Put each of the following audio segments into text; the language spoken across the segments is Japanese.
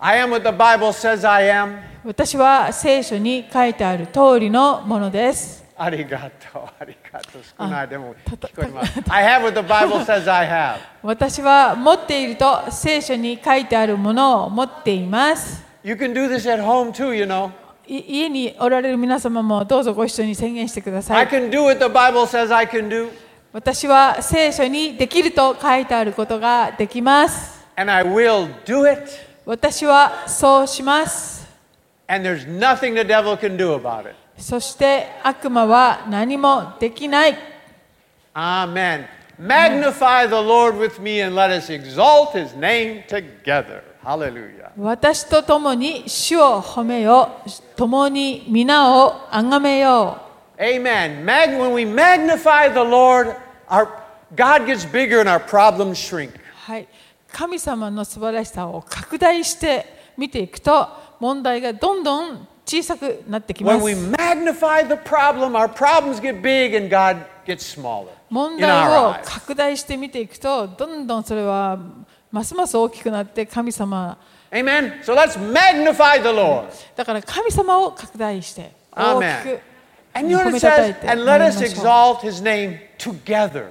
I am what the Bible says I am. 私は聖書に書いてある通りのものです。ありがとう、ありがとう。少ないでも聞こえます。I have what the Bible says I have. 私は持っていると聖書に書いてあるものを持っています。 You can do this at home too, you know. い家におられる皆様もどうぞご一緒に宣言してくだ I さい。 can do what the Bible says I can do, 私は聖書にできると書いてあることができます。 and I will do it, 私はそうします。 and there's nothing the devil can do about it. そして悪魔は何もできない。 Amen. Magnify the Lord with me and let us exalt his name together. Hallelujah. 私と共に主を褒めよう。共に皆を崇めよう。 Amen. Mag- when we magnify the Lord, our God gets bigger and our problems shrink. はい、神様の素晴らしさを拡大して見ていくと問題がどんどん小さくなってきま When we す magnify the problem, our problems get big and God gets smaller. 問 in our 題を eyes. 拡大して見ていくとどんどんそれはますます大きくなって神様 Amen. So let's magnify the Lord. だから神様を拡大して大き Amen. く And you know what 褒め it たたえ says? て And let まいり us ましょう exalt his name together.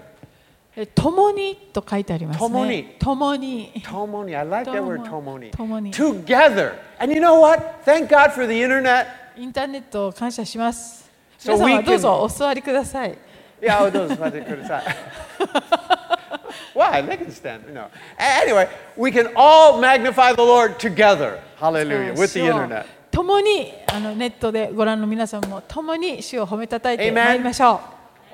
え共にと書いてあります共にね共に Tomoni. I like that word Tomo- tomoni. tomoni. Together. And you know what? Thank God for the internet. インターネットを感謝します皆 So 様 we は can- どうぞお座りください Yeah, oh, those are the criticize. Why? They can stand. No. A- Anyway, we can all magnify the Lord together. Hallelujah. With the 主を internet. 共にあのネットでご覧の皆さんも共に主を褒めたたえて Amen まいりましょ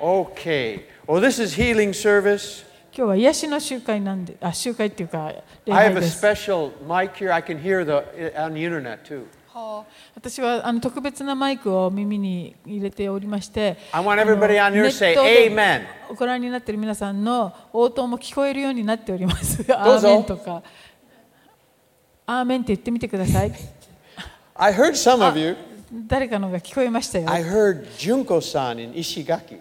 う。 Okay. Well, this is healing service. 今日は癒しの集会なんで、あ集会っていうか礼 I have 拝 a です。 special mic here. I can hear the eh, on the internet too. はあ私はあの特別なマイクを耳に入れておりまして、 I want everybody あ on の here to say で Amen. ご覧になっている皆さんの応答も聞こえるようになっております。 どアうーぞメンとか、アーメンって言ってみてください。 I heard some of you. 誰かのが聞こえましたよ。 I heard Junko-san in Ishigaki.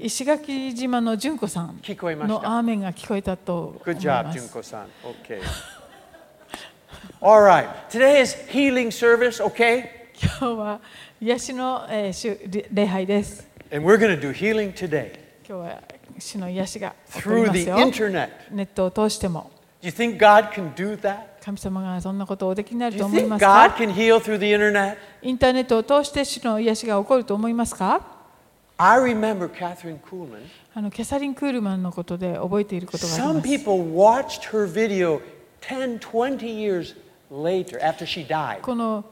石垣島の純子さん聞こえましのたアーメンが聞こえたと思い Good ま job, す。 Junko-san. Okay. All right. Today is healing service, okay? 今日は癒しの、えー主礼礼拝です。 And we're going to do healing today 今日は主の癒しが起こり through ます the よ。 internet. ネットを通しても Do you think God can do that? 神様がそんなことをおできにな Do ると you 思いま think す God か can heal through the internet? インターネットを通して主の癒しが起こると思いますか I remember Catherine Kuhlman. あのキャサリン・クールマンのことで覚えていることがあり Some ます。 people watched her video 10, 20 years later after she died. この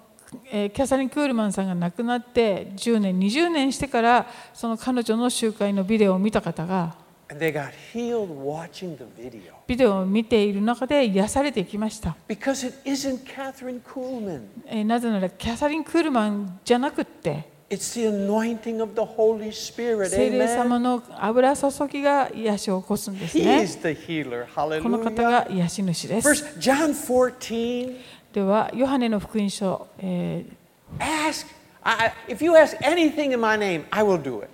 えーキャサリン・クールマンさんが亡くなって10年、20年してからその彼女の集会のビデオを見た方が And they got healed watching the video ビデオを見ている中で癒されていきました。 because it isn't Catherine Kuhlman. えーなぜならキャサリン・クールマンじゃなくって。 It's the anointing of the Holy Spirit. 聖霊 Amen. 様の油注ぎが癒しを起こすんです He ね is。the healer. この方 Hallelujah. が癒し主です。 First John 14. では、ヨハネの福音書、えー Ask. I, I- if you ask anything in my name, I will do it.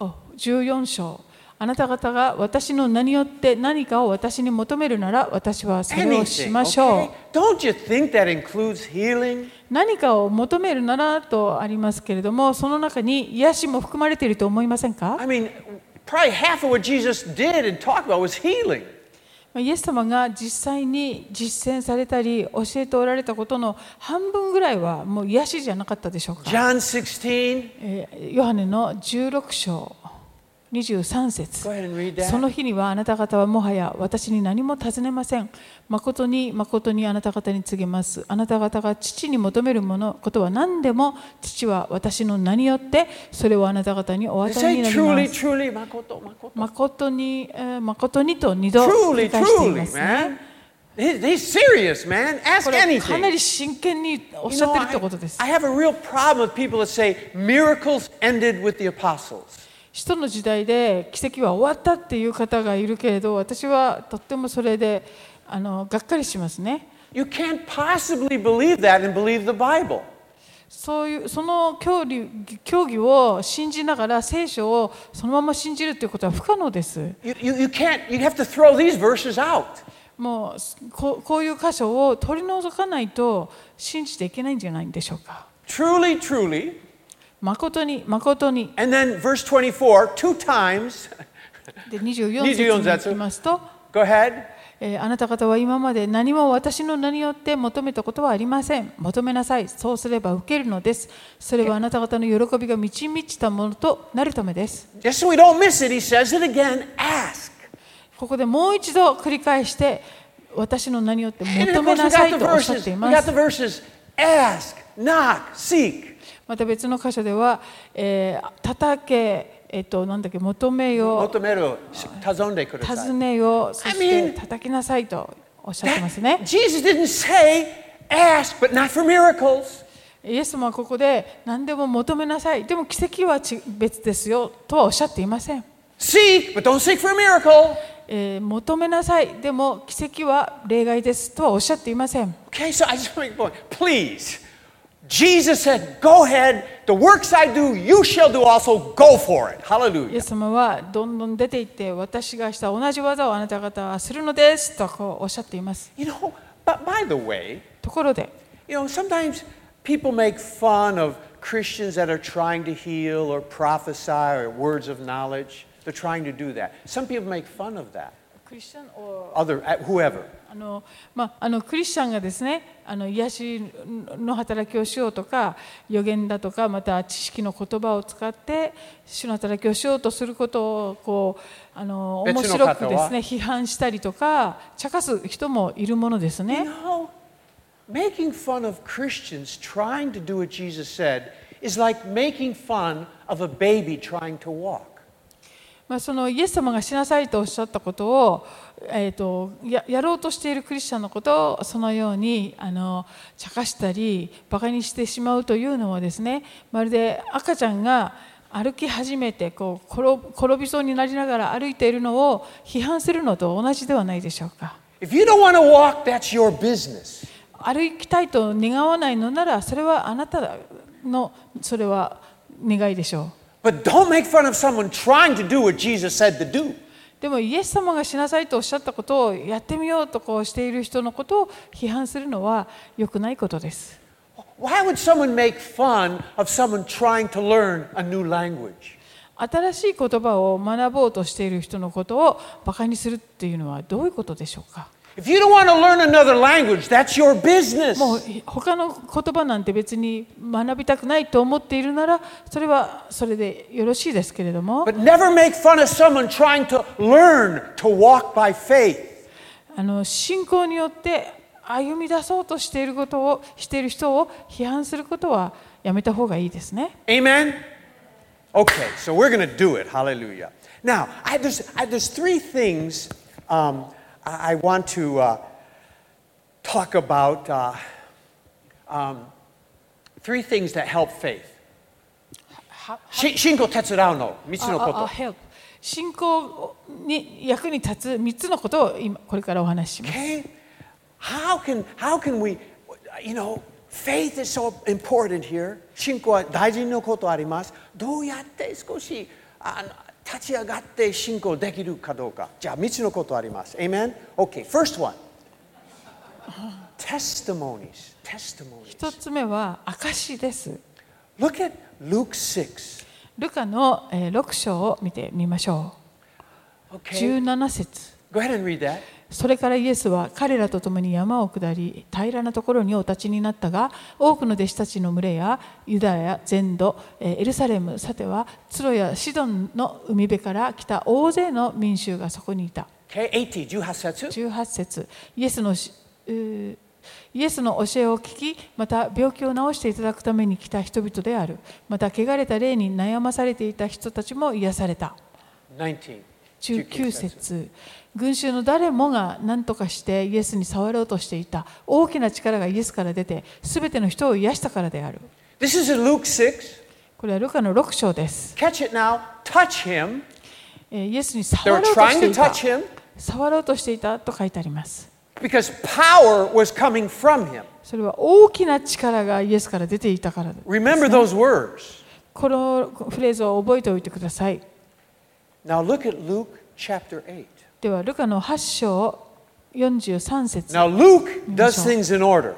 お14章。あなた方が私の名によって何かを私に求めるなら私はそれをし Anything. ましょう okay?。Don't you think that includes healing? 何かを求めるならとありますけれども、その中に癒しも含まれていると思いませんか I mean, probably half of what Jesus did and talked about was healing. まあイエス様が実際に実践されたり教えておられたことの半分ぐらいはもう癒しじゃなかったでしょうか John 16. えーヨハネの16章23節 Go ahead and read that. その日にはあなた方はもはや私に何も尋ねません。誠に誠にあなた方に告げます。あなた方が父に求めるものことは何でも父は私の名によってそれをあなた方にお They 与えに say な truly, ります。 truly, makoto, makoto. 誠に、えー誠にと二度繰 Truly, り返してい truly, ますね。 man. He- he's serious, man. Ask これかな anything. り真剣におっ You しゃ know, ってるってこと I, です。 I have a real problem with people that say miracles ended with the apostles. 使徒の時代で奇跡は終わったっていう方がいるけれど私はとってもそれであのがっかりしますね You can't possibly believe that and believe the Bible. そういうその教理教義を信じながら聖書をそのまま信じるということは不可能です You, you, you can't, you have to throw these verses out. もうここういう箇所を取り除かないと信じていけないんじゃないんでしょうか。 Truly, truly. 誠に、誠に。 And then verse 24, two times. で24節に行きますと、 Go ahead. えーあなた方は今まで何も私の名によって求めたことはありません。求めなさい。そうすれば受けるのです。それはあなた方の喜びが満ち満ちたものとなるためです。 Just so we don't miss it, he says it again ask. ここでもう一度繰り返して、私の名によって And then, of 求め course, we なさ got い the とおっしゃっ verses. て We い got ます the。verses ask, knock, seek. また別の箇所では、えー叩け、えっと、なんだっけ、求めよ、求めろ、尋んでください。尋ねよ、そし I て mean- 叩きなさいとおっしゃってますね That,。Jesus didn't say ask, but not for miracles. イエス様はここで何でも求めなさい。でも奇跡はち別ですよとはおっしゃっていません。 Seek, but don't seek for a miracle. えー求めなさい。でも奇跡は例外ですとはおっしゃっていません。 Okay, so I just want to make a point. Please. Jesus said, Go ahead. The works I do, you shall do also. Go for it. イエ Hallelujah. ス様はどんどん出ていって私がした同じ技をあなた方はするのですとこうおっしゃっています。 You know, but by the way, ところで、 you know, sometimes people make fun of Christians that are trying to heal or prophesy or words of knowledge. They're trying to do that. Some people make fun of that. Other, uh, whoever. あのまあ、あのクリスチャンがですねあの癒しの働きをしようとか予言だとかまた知識の言葉を使って主の働きをしようとすることをこうあの面別の白方くはですね批判したりとか茶化す人もいるものですね No. Making fun of Christians trying to do what Jesus said is like making fun of a baby trying to walk. まあ、そのイエス様がしなさいとおっしゃったことを、えー、とややろうとしているクリスチャンのことをそのようにあの茶化したりバカにしてしまうというのはですねまるで赤ちゃんが歩き始めてこう転転びそうになりながら歩いているのを批判するのと同じではないでしょうか If you don't want to walk, that's your business. 歩きたいと願わないのならそれはあなたのそれは願いでしょう But don't make fun of someone trying to do what Jesus said to do. でもイエス様がしなさいとおっしゃったことをやってみようとこうしている人のことを批判するのは良くないことです。 Why would someone make fun of someone trying to learn a new language? 新しい言葉を学ぼうとしている人のことをバカにするっていうのはどういうことでしょうか If you don't want to learn another language, that's your business. もう他の言葉なんて別に学びたくないと思っているならそれはそれでよろしいですけれども But never make fun of someone trying to learn to walk by faith. あの信仰によって歩み出そうとしていることをしている人を批判することはやめた方がいいですね。 Amen? Okay, so we're going to do it. Hallelujah. Now, I, there's, I, there's three things um, I, I want to uh, talk about. Uh, um, three things that help faith. し信仰を手伝うの、三つのこと。ああ help 信仰に役に立つ3つのことを今これからお話しします。 Okay? How can, how can we, you know, faith is so important here. 信仰は大事なことあります。どうやって少しあの立ち上がって信仰できるかどうか。じゃあ、3つのことあります。Amen? Okay, first one. Testimonies. Testimonies. 1つ目は証です。 Look at Luke 6. ルカのえー6章を見てみましょう。 Okay. 17節 Go ahead and read that. それからイエスは彼らと共に山を下り平らなところにお立ちになったが多くの弟子たちの群れやユダヤ全土えーエルサレムさてはツロやシドンの海辺から来た大勢の民衆がそこにいた。 Okay, 80, 18節。 18節イエスのしうーイエスの教えを聞き、また病気を治していただくために来た人々である。また、汚れた霊に悩まされていた人たちも癒された。 19 19節群衆の誰もが何とかしてイエスに触ろうとしていた。大きな力がイエスから出て、すべての人を癒したからである。 This is in Luke 6. これはルカの6章です。 Catch it now. Touch him. えーイエスに They 触 were ろうと trying して to いた touch。him 触ろうとしていたと書いてあります。 because power was coming from him. それは大きな力がイエスから出ていたからです Remember those words. このフレーズを覚えておいてください。 Now look at Luke chapter 8. では、ルカの8章43節 Now, Luke does things in order.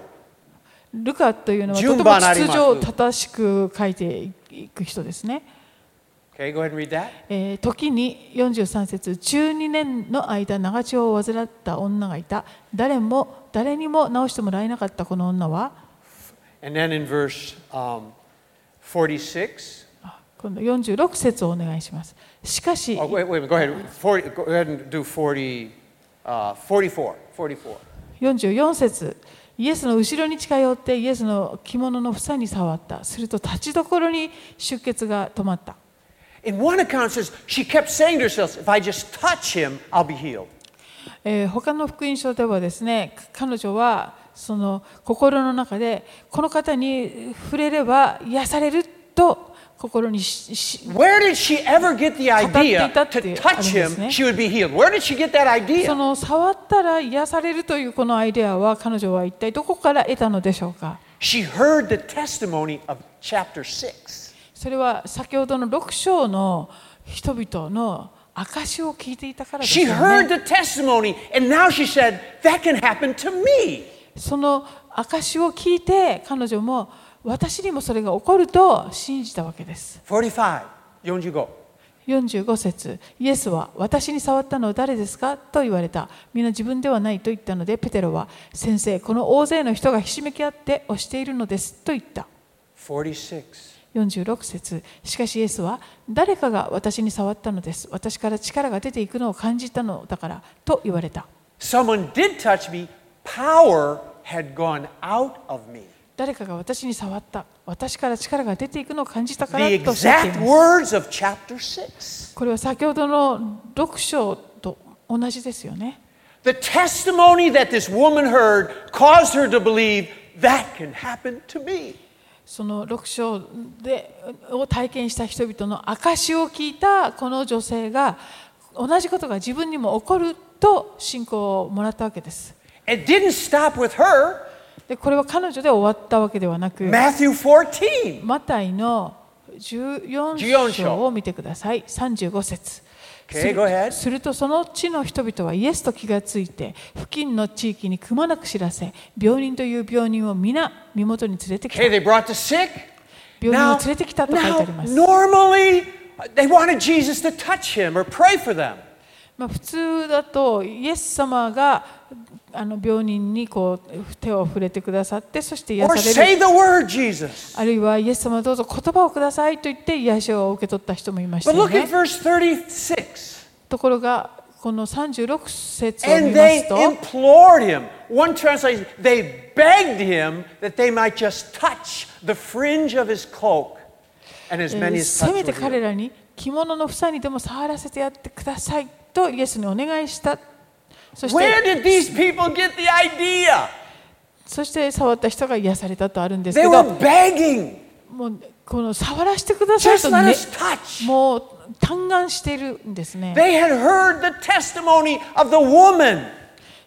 ルカというのはと順ても番あり秩ます序を正しく書いていく人ですね。 Okay, go ahead and read that. えー時に43節12年の間長血を患った女がいた誰も誰にも治してもらえなかったこの女は And then in verse um, 46. あ今度46節をお願いしますしかし Oh, wait, wait, a minute, go ahead. 40, go ahead and do 40, uh, 44. 44. 44節イエスの後ろに近寄ってイエスの着物の房に触ったすると立ちどころに出血が止まった In one account, it says she kept saying to herself, if I just touch him, I'll be healed. えー他の福音書ではですねか彼女はその心の中でこの方に触れれば癒されると心にしし Where did she ever get the idea to 語っていたっていう touch him, あれですね。 she would be healed? Where did she get that そ idea? の触ったら癒されるというこのアイデアは彼女は一体どこから得たのでしょうか She heard the testimony of chapter 6. それは先ほどの6章の人々の証を聞いていたからです She よ heard ね the testimony, and now she said, That can happen to me. その証を聞いて彼女も私にもそれが起こると信じたわけです 45. Yonjugo. 45節イエスは私に触ったのは誰ですかと言われた皆自分ではないと言ったのでペテロは先生この大勢の人がひしめき合って押しているのですと言った 46. 46節しかしイエスは誰かが私に触ったのです私から力が出ていくのを感じたのだからと言われた Someone did touch me, power had gone out of me. 誰かが私に触った私から力が出ていくのを感じたから The とおっしゃってい exact ます words of chapter 6. これは先ほどの6章と同じですよね The testimony that this woman heard caused her to believe that can happen to me. その6章でを体験した人々の証を聞いたこの女性が同じことが自分にも起こると信仰をもらったわけです。 It didn't stop with her. でこれは彼女で終わったわけではなく Matthew 14. マタイの14 14章を見てください35節 Okay, す go ahead. るするとその地の人々はイエスと気がついて付近の地域にくまなく知らせ病人という病人を皆身元に連れてきた Okay, they brought the sick. 病人を連れてきたと書いてあ now, ります。 normally, they wanted Jesus to touch him or pray for them. まあ、普通だとイエス様があの病人にこう手を触れてくださってそして癒 Or さ say れる the word, Jesus. あるいはイエス様どうぞ言葉をくださいと言って癒しを受け取った人もいました But look よ at ね verse 36. ところがこの36節を見 And ま they すと implored him. One translation, they begged him that they might just touch the fringe of his cloak. And as え many ー as せめ touched て were 彼 healed. らに着物の房にでも触らせてやってくださいとイエスにお願いしたそし Where did て these people get the idea? そして触った人が癒されたとあるんですけ They were ど begging. もうこの触らせてください Just と let ね us touch. もう嘆願しているんですね。 They had heard the testimony of the woman.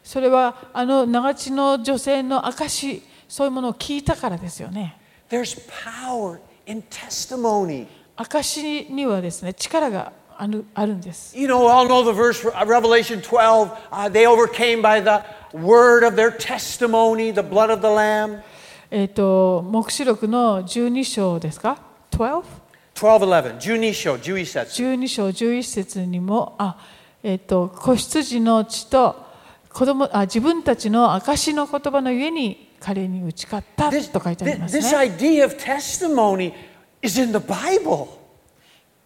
それはあの長地の女性の証そういうものを聞いたからですよね There's power in testimony. 証にはですね力があるあるんです You know, all know the verse uh, Revelation 12. uh, they overcame by the word of their testimony, the blood of the Lamb. えっ、と黙示録の12章ですか 12? 12 11. Junisho, Jewish sets. 12章11節にもあえっ、と子羊の血と子供あ自分たちの証の言葉のゆえに彼に打ち勝ったと書いてあります this ね idea of testimony is in the Bible.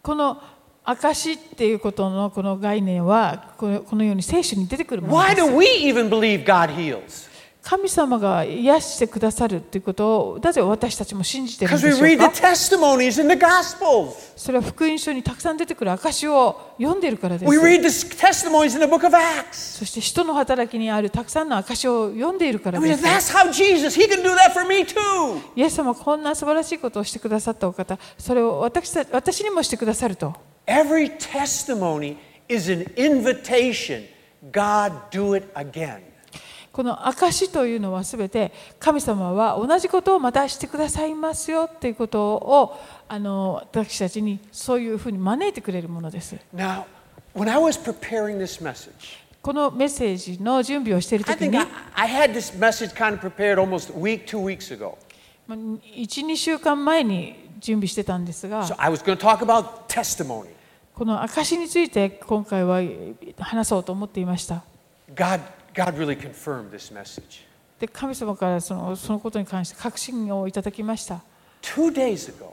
この証っていうことのこの概念はこのこのように聖書に出てくるもの Why です do we even believe God heals? 神様が癒してくださるということをなぜ私たちも信じているん Because で we しょう read the か testimonies in the Gospels. それは福音書にたくさん出てくる証を読んでいるからで We す read the s- testimonies in the book of Acts. そして人の働きにあるたくさんの証を読んでいるから I で mean, that's す how Jesus, He can do that for me too. イエス様はこんな素晴らしいことをしてくださったお方それを私た私にもしてくださると Every testimony is an invitation. God, do it again. この証というのはすべて神様は同じことをまたしてくださいますよということをあの私たちにそういうふうに招いてくれるものです Now, when I was preparing this message, このメッセージの準備をしている I 時 think に I, I had this message kind of prepared almost a week, two weeks ago. 12週間前に準備してたんですが So I was going to talk about testimony. この証について今回は話そうと思っていました God, God really confirmed this message. で神様からそのそのことに関して確信をいただきました Two days ago,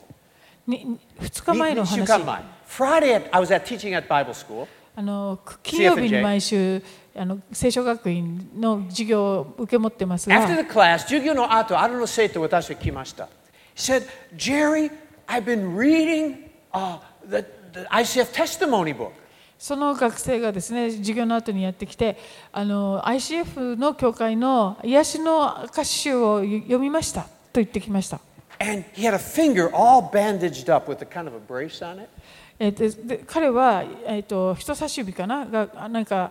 に2日前の話 Shukamae. Friday, at, I was at teaching at Bible school. あの金曜日に毎週あの聖書学院の授業を受け持ってますが After the class, Jugyo no Ato, I don't know, Seito, watashi wa kimashita. He said, Jerry, I've been reading uh, the, the ICF testimony book. その学生がですね授業の後にやってきてあの ICF の教会の癒しの証集を読みましたと言ってきました。 And he had a finger all bandaged up with a kind of a brace on it. えーでで彼は、えー、と人差し指かながあなんか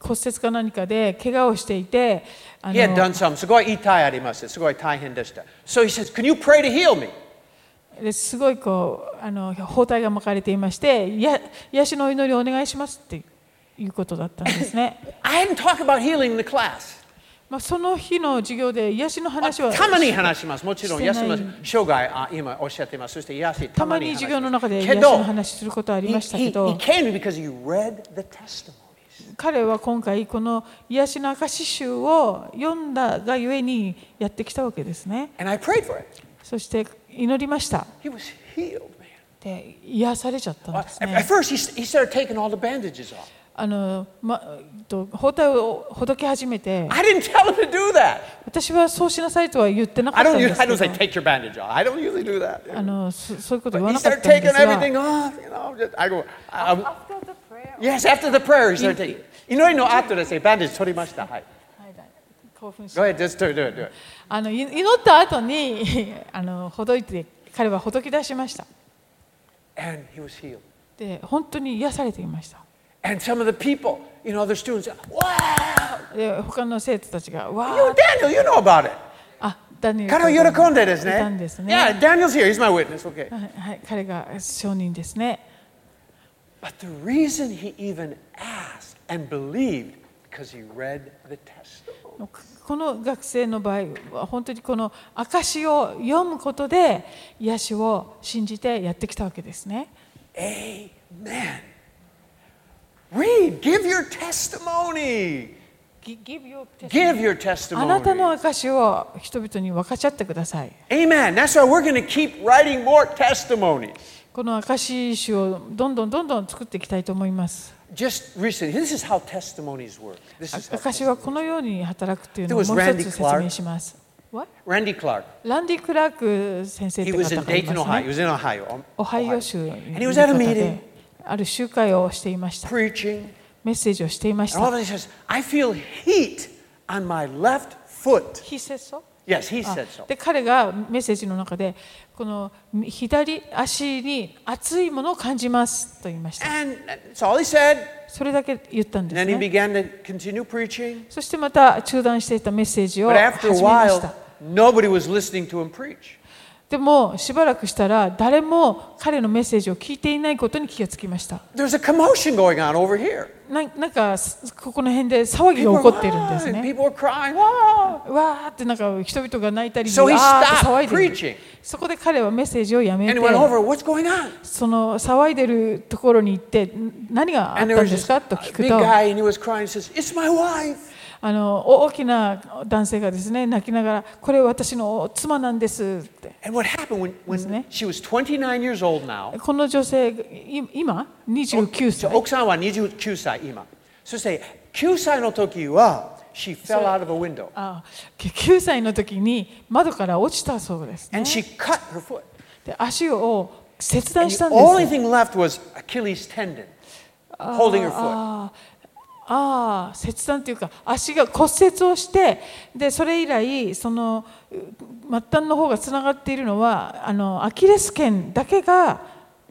骨折か何かで怪我をしていてあ He had の done something. Sugoi itai arimasu. Sugoi taihen deshita. So he says, Can you pray to heal me? ですごいこうあの包帯が巻かれていましていや癒しのお祈りをお願いしますっていうことだったんですね、 I hadn't talked about healing in the class. Uh, まあ、その日の授業で癒しの話はたまに話します。もちろん、してない休む生涯あ今おっしゃっています。そして、癒し、たまに授業の中でけ癒しどの話しすることはあり he, ましたけ he, he ど came because he read the testimonies. 彼は今回この癒しの証集を読んだがゆえにやってきたわけですね And I prayed for it. そして祈りました He was healed, man. で癒されちゃったん Well, です at, at ね。 first, he, s- he started taking all the bandages off. あのま、えっと包帯をほどき始めて、 I didn't tell him to do that. 私はそうしなさいとは言ってなか I った ん don't, u- です I け don't say, ど、 take your bandage off. I don't usually do that. あのそそういうこと言 But わ he なかっ started たん taking ですが、 everything off. You know, just, I go, I, I- After the prayer, yes, after the prayer, he started taking. You know, you know, after they say, bandage, 取りました. Hi. 興奮し Go ahead, just do it, do it, do it. あのい祈った後に あのほどいて彼はほどき出しました。 And he was healed. で本当に癒されていました。 And some of the people, you know, other students, wow, で他の生徒たちがわ you ー Daniel, you know about it. あダニエル彼は喜んでですいたんですね。ね Yeah, Daniel's here. He's my witness. Okay. はいはい彼が証人ですね。 But the reason he even asked and believed because he read the testimony. この学生の場合は本当にこの証を読むことで癒しを信じてやってきたわけですね。 Amen. Read. Give your testimony. Give your あなたの testimony. 証を人々に分かち合ってください。 Amen. That's why we're going to keep writing more testimonies. この証集をどんどんどんどん作っていきたいと思います。 Just recently, this is how testimonies work. This is how 証はこのように働くという There のを was もう一 Randy つ説 Clark. 明します。What? Randy Clark. ランディ・クラーク先生って He 方 was in がい Dayton, ま Ohio. He すね。 was in Ohio. Um, オハイオ州 And he was at a に meeting いる方である集会をしていました。 preaching. メッセージをしていまし And all of。た a sudden he says, I feel heat on my left foot. He said so? Yes, he あ said so. で彼がメッセージの中でこの左足に熱いものを感じますと言いました。 And that's all he said. それだけ言ったんで And then す he ね。 began to continue preaching. そしてまた中断していたメッセージを But 始 after め a ました while,。nobody was listening to him preach. でもしばらくしたら誰も彼のメッセージを聞いていないことに気がつきました。 There's a commotion going on over here. ななんかすここの辺で騒ぎが were, 起こっているんです "Ah," and ね。 people were crying. "Ah." わーってなんか人々が泣いたり、 So he わーって騒 stopped いで preaching る。そこで彼はメッセージをやめ and て he。went over, What's going on? その騒いでるところに行ってん何があったん And で there was this すかと聞 uh, く big と guy and he was crying. He says, It's my wife. あのお大きな男性がですね泣きながらこれ私の妻なんですって And what happened when, when Isn't it? she was 29 years old now? この女性い今29そう歳奥さんは29歳今そして9歳の時は she fell out of a window あ9歳の時に窓から落ちたそうです、ね and、she cut her foot で足を切断 And し the たんで only す thing left was Achilles tendon holding her foot ああああ切断というか足が骨折をしてでそれ以来そのう末端の方がつながっているのはあのアキレス腱だけが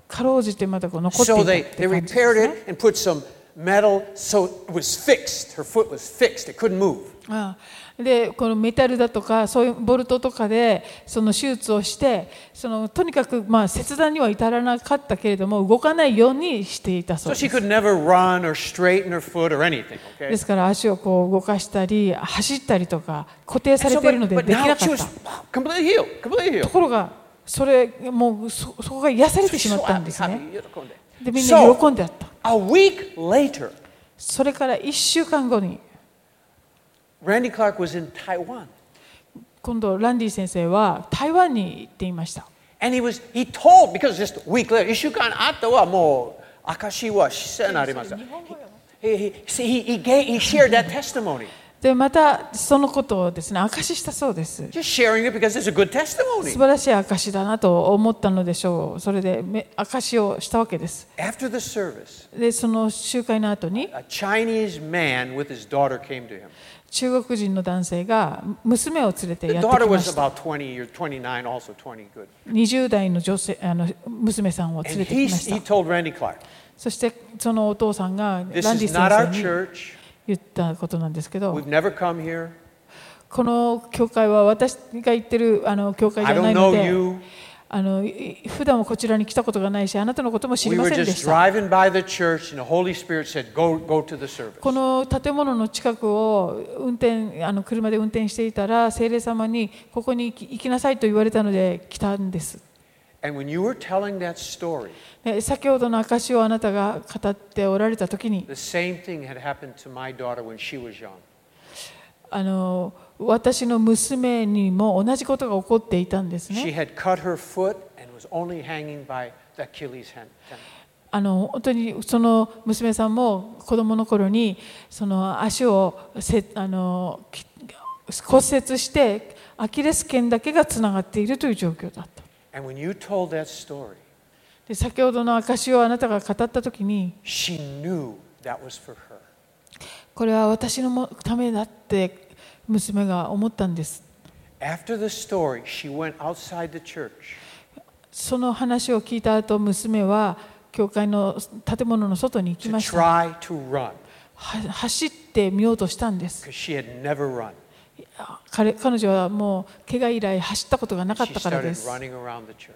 かろうじてまだこう残ってい so たっ they, て they 感じです、 repaired ね it、and put some metal so it was fixed her foot was fixed it couldn't move ああでこのメタルだとかそういうボルトとかでその手術をしてそのとにかくまあ切断には至らなかったけれども動かないようにしていたそ So うで she す could never run or straighten her foot or anything, で okay? すから足をこう動かしたり走ったりとか固定さ And so, れているの but, でで but きな now か she っ was た completely healed, completely と healed. ころがそれもうそそこが癒されてしまったんですねでみんな So- 喜んであった A week later, それから1週間後に Randy Clark was in Taiwan. 今度ランディ先生は台湾に行っていました And he was, he told, because just a week later, 1週間後はもう証はしてなりました。He, he, see, he, he, gave, he shared that testimony. でまたそのことをですね証ししたそうです Just sharing it because it's a good 素 testimony. 晴らしい証しだなと思ったのでしょうそれでめ証をしたわけです After the service, でその集会の後に a Chinese man with his daughter came to him. 中国人の男性が娘を連れて The やって daughter きま was した about 20 or 29, also 20, good. 20代の女性あの娘さんを連 And れて he, きまし he た told Randy Clark, そしてそのお父さんがラン This ディ先 is not our 生に church. 言ったことなんですけど We've never come here. この教会は私が行ってるあの教会じ I ゃな don't い know ので you. あのい普段はこちらに来たことがないしあなたのことも知 We りま were せんで just した driving by the church, and the Holy Spirit said, Go, go to the service. この建物の近くを運転あの車で運転していたら聖霊様にここに行き行きなさいと言われたので来たんです And when you were telling that story, で先ほどの証をあなたが語っておられた時に the same thing had happened to my daughter when she was young. あの私の娘にも同じことが起こっていたんですね She had cut her foot and was only hanging by the Achilles hand- tendon. あの本当にその娘さんも子供の頃にその足をせあのき骨折してアキレス腱だけがつながっているという状況だった。 And when you told that story, で先ほどの証をあなたが語った時に she knew that was for her. これは私のもためだって娘が思ったんです After the story, she went outside the church その話を聞いた後娘は教会の建物の外に行き to ましたは try to run 走ってみようとしたんです because she had never run. いや彼彼女はもう怪我以来走ったことがなかっ She たからで started す running around the church.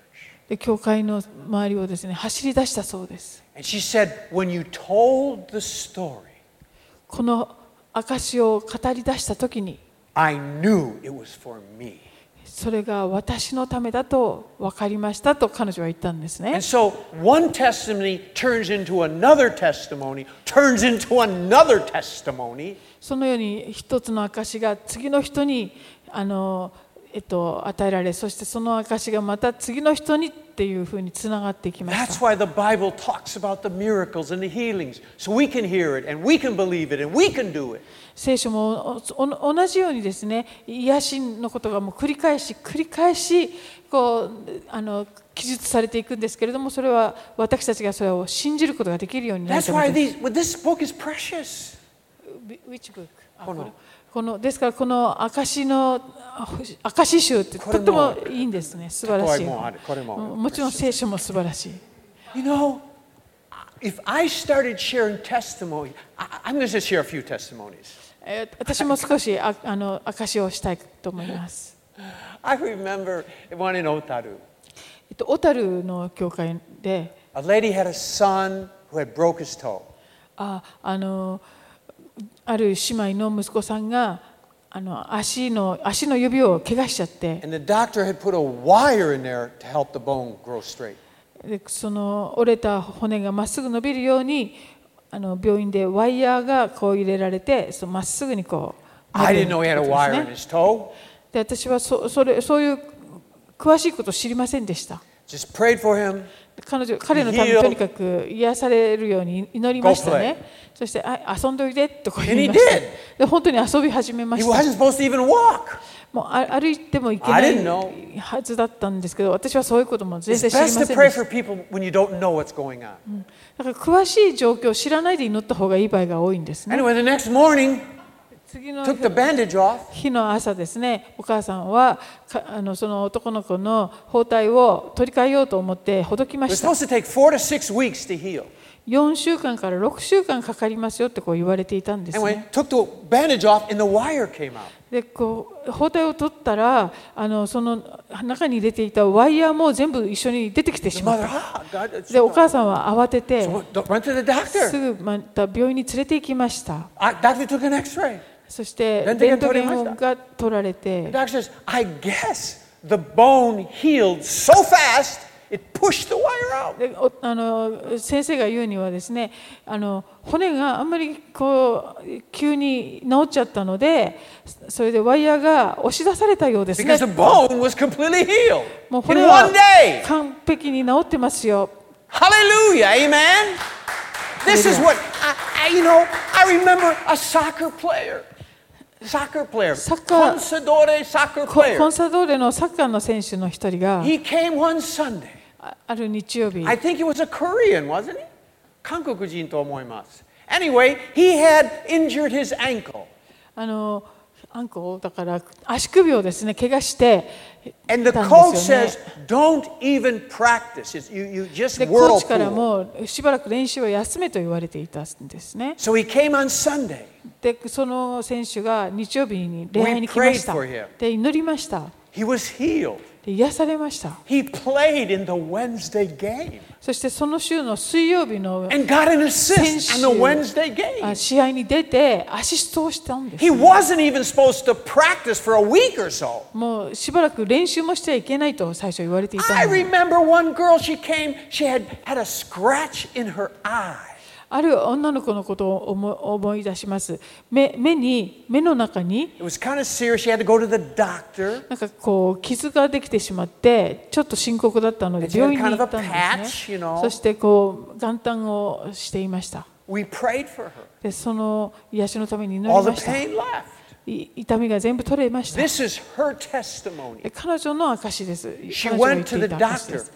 で教会の周りをですね走り出したそうです And she said, When you told the story, この証を語り出した時に I knew it was for me. それが私のためだと分かりましたと彼女は言ったんですね And so one testimony turns into another testimony, turns into another testimony. そのように一つの証が次の人にあの、えっと、与えられそしてその証がまた次の人にっていうふうにつながっていきま That's した why the Bible talks about the miracles and the healings, so we can hear it and we can believe it and we can do it. 聖書もおお同じようにですね癒しのことがもう繰り返し繰り返しこうあの記述されていくんですけれどもそれは私たちがそれを信じることができるようになる That's ため why です these, well, this book is precious. Which book? あこのこれこのですからこの証のあ証集ってことれっもてもいいんですね素晴らしいこれもあるこれもあるももちろん聖書も素晴らしい You know, if I started sharing testimony, I, I'm going to share a few testimonies. えー私も少しああの証をしたいと思います、 I remember one in Otaru. えっと、小樽の教会で A lady had a son who had broke his toe. ああのある姉妹の息子さんがあの足の足の指を怪我しちゃって、 And the doctor had put a wire in there to help the bone grow straight. でその折れた骨がまっすぐ伸びるようにあの病院でワイヤーがこう入れられてそのまっすぐにこう I didn't know he had a な wire るよ in うになってるんで his すね toe. で私はそそれそういう詳しいことを知りませんでした Just prayed for him. 彼女彼のため Heal. にとにかく癒されるように祈りましたねそしてあ遊んどいでとこう言いました And he で本当に遊び始めま He した wasn't supposed to even walk. もうあ歩いてもいけな I い didn't know. はずだったんですけど私はそういうことも全 It's 然知りま best せんで to した pray for people when you don't know what's going on. だから詳しい状況を知らないで祈った方がいい場合が多いんですね。 Anyway, the next morning, 次の took the bandage off. 日の朝ですね、お母さんはかあのその男の子の包帯を取り替えようと思ってほどきま It was した。 supposed to take four to six weeks to heal. 4週間から6週間かかりますよってこう言われていたんです And ね when I took the bandage off, and the wire came out. でこう包帯を取ったらあのその中に入れていたワイヤーも全部一緒に出てきて The しまっ mother, た ah, God, it's- でお母さんは慌てて so I went to the す doctor. ぐまた病院に連れて行きました I, doctor took an X-ray. そしてレントゲレン撮りントゲましたンが取られ The て doctor says, I guess the bone healed so fast it pushed the wire out. でおあの先生が言うにはですねあの骨があんまりこう急に治っちゃったのでそれでワイヤーが押し出されたようですね Because the bone was completely healed もう骨 in は one day. 完璧に治ってますよ Hallelujah, amen. This is Hallelujah. what I, I, you know. I remember a soccer player, soccer player, Soccer- Consadore soccer コ player. コンサドーレのサッカーの選手の一人が He came one Sunday. あある日曜日 I think he was a Korean, wasn't he? 韓国人と思います. Anyway, he had injured his ankle, あのアンコだから足首をですね怪我してたん and で the すよ coach ね says, "Don't even practice. It's, you, you just でコーチから whirlpool." もしばらく練習を休めと言われていたんですね So he came on Sunday. でその選手が日曜日に礼拝に We 来ました prayed for him. で祈りました He was healed. で癒されました He played in the Wednesday game. そしてその週の水曜日の and got an assist on 先週、 the Wednesday あ game. 試合に出てアシストをしたんです He wasn't even supposed to practice for a week or so. もうしばらく練習もしてはいけないと最初言われていた I のに remember one girl, she came, she had had a scratch in her eye. ある女の子のことを思い思い出します目目に目の中に It was kind of serious. She had to go to the doctor. なんかこう傷ができてしまってちょっと深刻だったので It's 病院に行った kind of a んで patch, す you ね know. そしてこう元旦をしていました We prayed for her. でその癒しのために祈 All り the ました pain left. い痛みが全部取れました This is her testimony. で彼女の証です。 She 彼女が言 went っ to て the いた証です。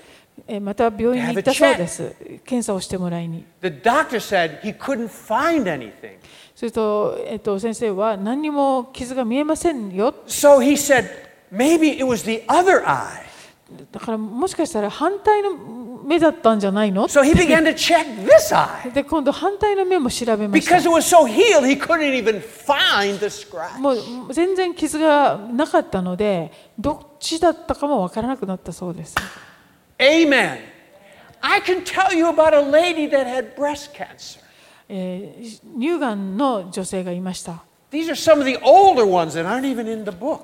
えまた病院に行ったそうです。検査をしてもらいに。 The doctor said he couldn't find anything. すると、えっと、先生は何にも傷が見えませんよ。 So he said, maybe it was the other eye. だからもしかしたら反対の目だったんじゃないの So he began to check this eye. で今度反対の目も調べまし Because た it was so healed, he couldn't even find the scratch. もう全然傷がなかったのでどっちだったかもわからなくなったそうです Amen. I can tell you about a lady that had breast cancer. えー乳がんの女性がいました These are some of the older ones that aren't even in the book.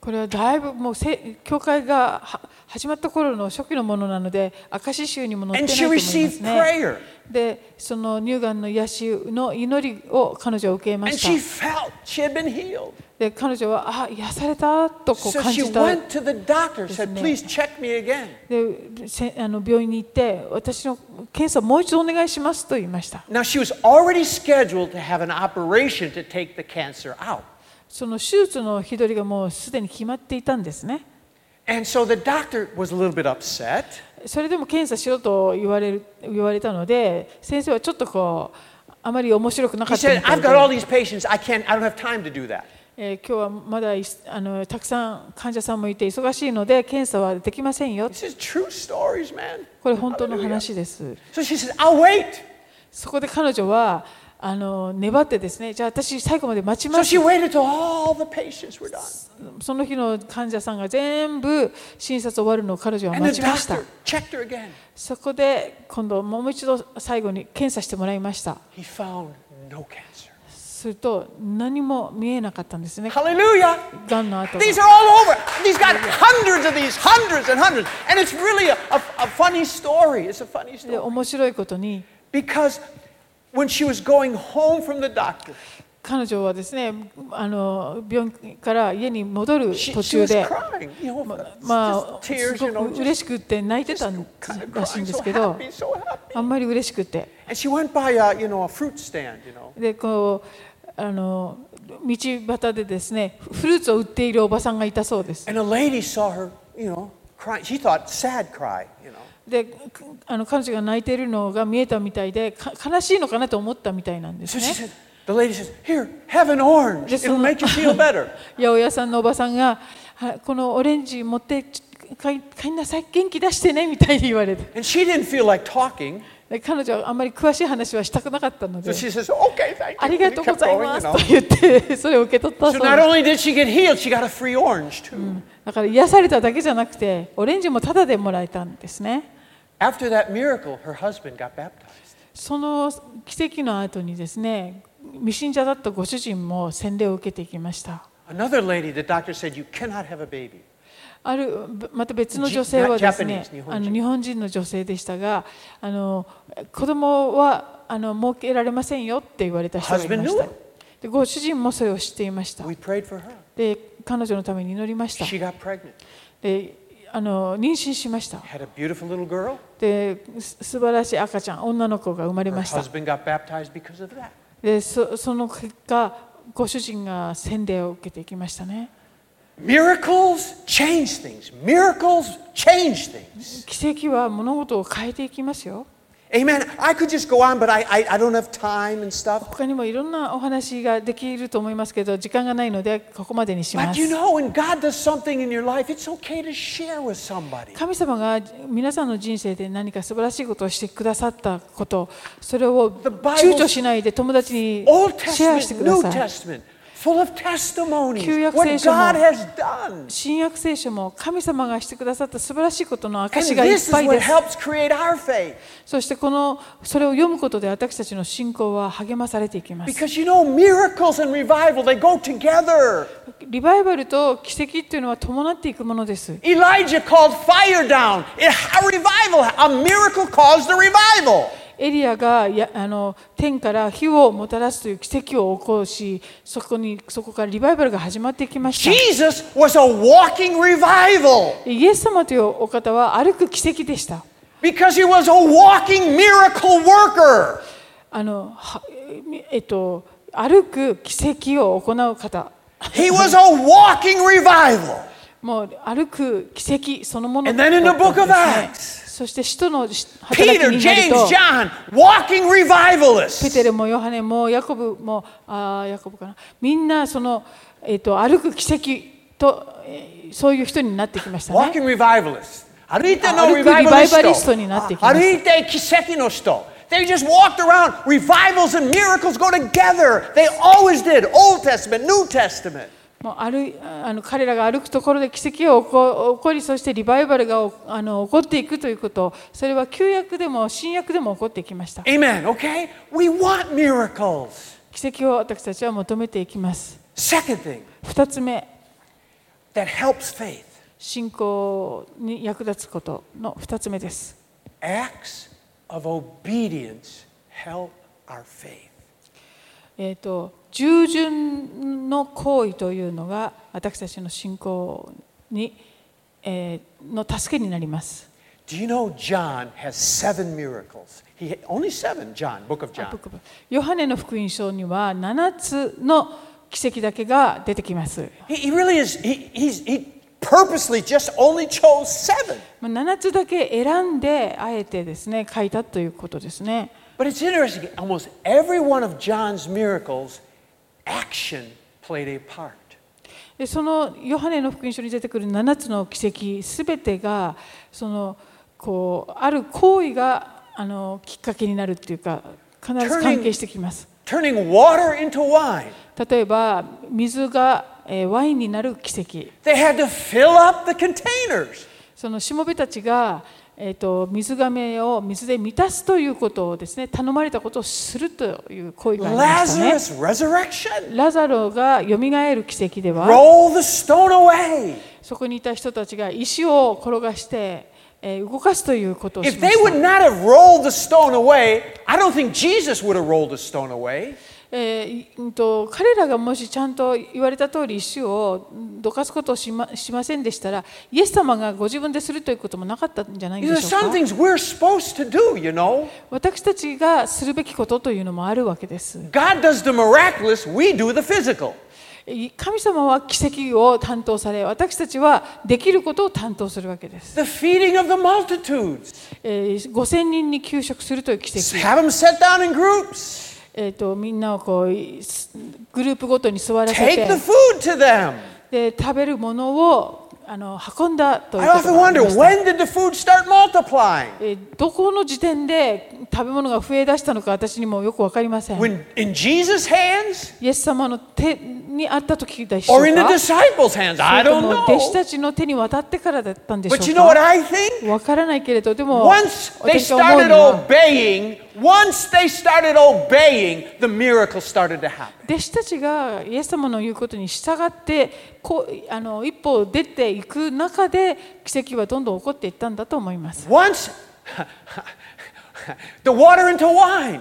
これはだいぶもうせ教会がは始まった頃の初期のものなので証集にも載って And ない she と思います received ね。 prayer. でその乳がんの癒しの祈りを彼女は受けま And し she た。 felt she had been healed. で彼女はあ癒されたとこう So 感 she じた。 went to the doctor, said, Isn't it? please check me again. でせあの病院に行って私の検査をもう一度お願いしますと言いました。 Now she was already scheduled to have an operation to take the cancer out. その手術の日取りがもうすでに決まっていたんですね。 And so the doctor was a little bit upset. それでも検査しろと言われる言われたので先生はちょっとこうあまり面白くなか He ったみ said, たい I've で got all these patients. I can't, I don't have time to do that. えー今日はまだいすあのたくさん患者さんもいて忙しいので検査はできませんよ This is true stories, man. これ本当の Hallelujah. 話です So she says, I'll wait. そこで彼女はあの粘ってですねじゃあ私最後まで待ち So ます she waited till all the patients were done. その日の患者さんが全部診察終わるのを彼女は And the 待ちました doctor checked her again. そこで今度もう一度最後に検査してもらいました He found no cancer. すると何も見えなかったんですね Hallelujah. がんの後が These are all over. He's got hundreds of these, hundreds and hundreds. And it's really a, a, a funny story. It's a funny で story. 面白いことに Because when she was going home from the doctor, 彼女はですねあの病院から家に戻る she, 途 she 中 was で crying. You know, just まあす tears, ご you know, く just, 嬉しくって泣いてた just ん kind of らし crying, いんで so すけど happy, so happy. あんまり嬉しくて And she went by a, you know, a fruit stand, you know. でこうあの道端でですねフルーツを売っているおばさんがいたそうです And a lady saw her, you know, crying. She thought sad cry, you know. でくあの彼女が泣いているのが見えたみたいでか悲しいのかなと思ったみたいなんです So she ね said, the lady says, here, have an orange. Just a It'll little- make you feel better. 八百屋さんのおばさんがはこのオレンジ持ってち買い買いなさい元気出してねみたいに言われて And she didn't feel like talking. で彼女はあんまり詳しい話はしたくなかったの So で、 she says, okay, thank you. あり And が he とうご kept ざい going, ま you すと know. 言って、 それを受け取った So そう not です only did she get healed, she got a free orange too. だから癒されただけじゃなくて、オレンジもタダでもらえたんですね。 After that miracle, her husband got baptized. その奇跡の後にですね、未信者だったご主人も洗礼を受けていきました。 Another lady, the doctor said, you cannot have a baby. あるまた別の女性はですね Japanese 日、本人あの日本人の女性でしたが、あの子供はあの設けられませんよって言われた人がいま Husband し knew た it.。でご主人もそれを知っていました。 We prayed for her. で彼女のために祈りました She got pregnant. であの妊娠しました Had a beautiful little girl. です素晴らしい赤ちゃん女の子が生まれ Her ました husband got baptized because of that. でそその結果ご主人が洗礼を受けていきましたね Miracles change things. Miracles change things. 奇跡は物事を変えていきますよ Amen. I could just go on, but I, I, I don't have time and stuff. 他にもいろんなお話ができると思いますけど時間がないのでここまでにしま But you す know, when God does something in your life, it's okay to share with somebody. 神様が皆さんの人生で何か素晴らしいことをしてくださったことそれを The Bible- 躊躇しないで友達に Old シェアして Testament, くだ New さい Testament, full of testimonies. 旧約聖書も。 What God has done. 新約聖書も神様がしてくださった素晴らしいことの And 証がいっ this is ぱい what です。 helps create our faith. そしてこのそれを読むことで私たちの信仰は励まされていきます。 Because you know, miracles and revival, they go together. リバイバルと奇跡っていうのは伴っていくものです。 Elijah called fire down. It- a revival, a miracle caused a revival. エリアがやあの天から火をもたらすという奇跡を起こし、そこにそこからリバイバルが始まっていきました。 Jesus was a walking revival イエス様というお方は歩く奇跡でした。 because he was a walking miracle worker. あのはえっと歩く奇跡を行う方。 He was a walking revival. もう歩く奇跡そのもの And then in the book of だったんです Acts. ねそして使徒のし働き Peter, になる James, と John, walking ペ revivalists. テルもヨハネもヤコブもあーヤコブかなみんなその、えー、と歩く奇跡と、えーそういう人になってきましたね Walking revivalists. 歩いてあの歩くリバイバリスト。リバイバリストになっていきました。歩いて奇跡の人。They just walked around. Revivals and miracles go together. They always did. Old Testament, New Testament. もう歩いあの彼らが歩くところで奇跡を起こ起こりそしてリバイバルがおあの起こっていくということそれは旧約でも新約でも起こってきました Amen. Okay? We want miracles. 奇跡を私たちは求めていきます Second thing 2つ目 that helps faith 信仰に役立つことの2つ目です。 acts of obedience help our faith. えー、と従順の行為というのが私たちの信仰に、えーの助けになります。 Do you know John has seven miracles? He only seven, John, book of あ John. 僕もヨハネの福音書には7つの奇跡だけが出てきます。 He, he really is, he, he's, he purposely just only chose seven. まあ7つだけ選んであえてですね書いたということですね。 But it's interesting, almost every one of John's miracles, action played a part. でそのヨハネの福音書に出てくる7つの奇跡すべてがそのこうある行為があのきっかけになるっていうか必ず関係してきます Turning water into wine. 例えば水が、えーワインになる奇跡 They had to fill up the containers. そのしもべたちが、えー、と水がめを水で満たすということをですね頼まれたことをするという行為がありましたね Lazarus' resurrection. ラザロがよみがえる奇跡では Roll the stone away. そこにいた人たちが石を転がして、えー動かすということをし If ま they した would not have rolled the stone away, I don't think Jesus would have rolled the stone away. えーいうんと彼らがもしちゃんと言われた通り石をうんどかすことをしましませんでしたらイエス様がご自分でするということもなかったんじゃない You で know, しょ some うか things we're supposed to do, you know. 私たちがするべきことというのもあるわけです God does the miraculous, we do the physical. い神様は奇跡を担当され私たちはできることを担当するわけです、 The feeding of the multitudes. えー5000人に給食するという奇跡、 Have them sit down in groups. えー、とみんなをこういすグループごとに座らせ Take て the food to them. で食べるものをああの運んだという I こと often があり wonder ました when did the food start multiplying? えーどこの時点で食べ物が増え出したのか私にもよく分かりません。 When in Jesus' hands イエス様の手にあった時でしょう or in the かそ disciples' hands? I れと don't も弟子 know. たちの手に渡ってからだったんでしょ But you う know what か I think? わからないけれど、でも、 Once they 私が思う started には obeying, once they started obeying, the miracle started to happen. 弟子たちがイエス様の言うことに従ってこうあの一歩出ていく中で奇跡はどんどん起こっていったんだと思います。 Once the water into wine.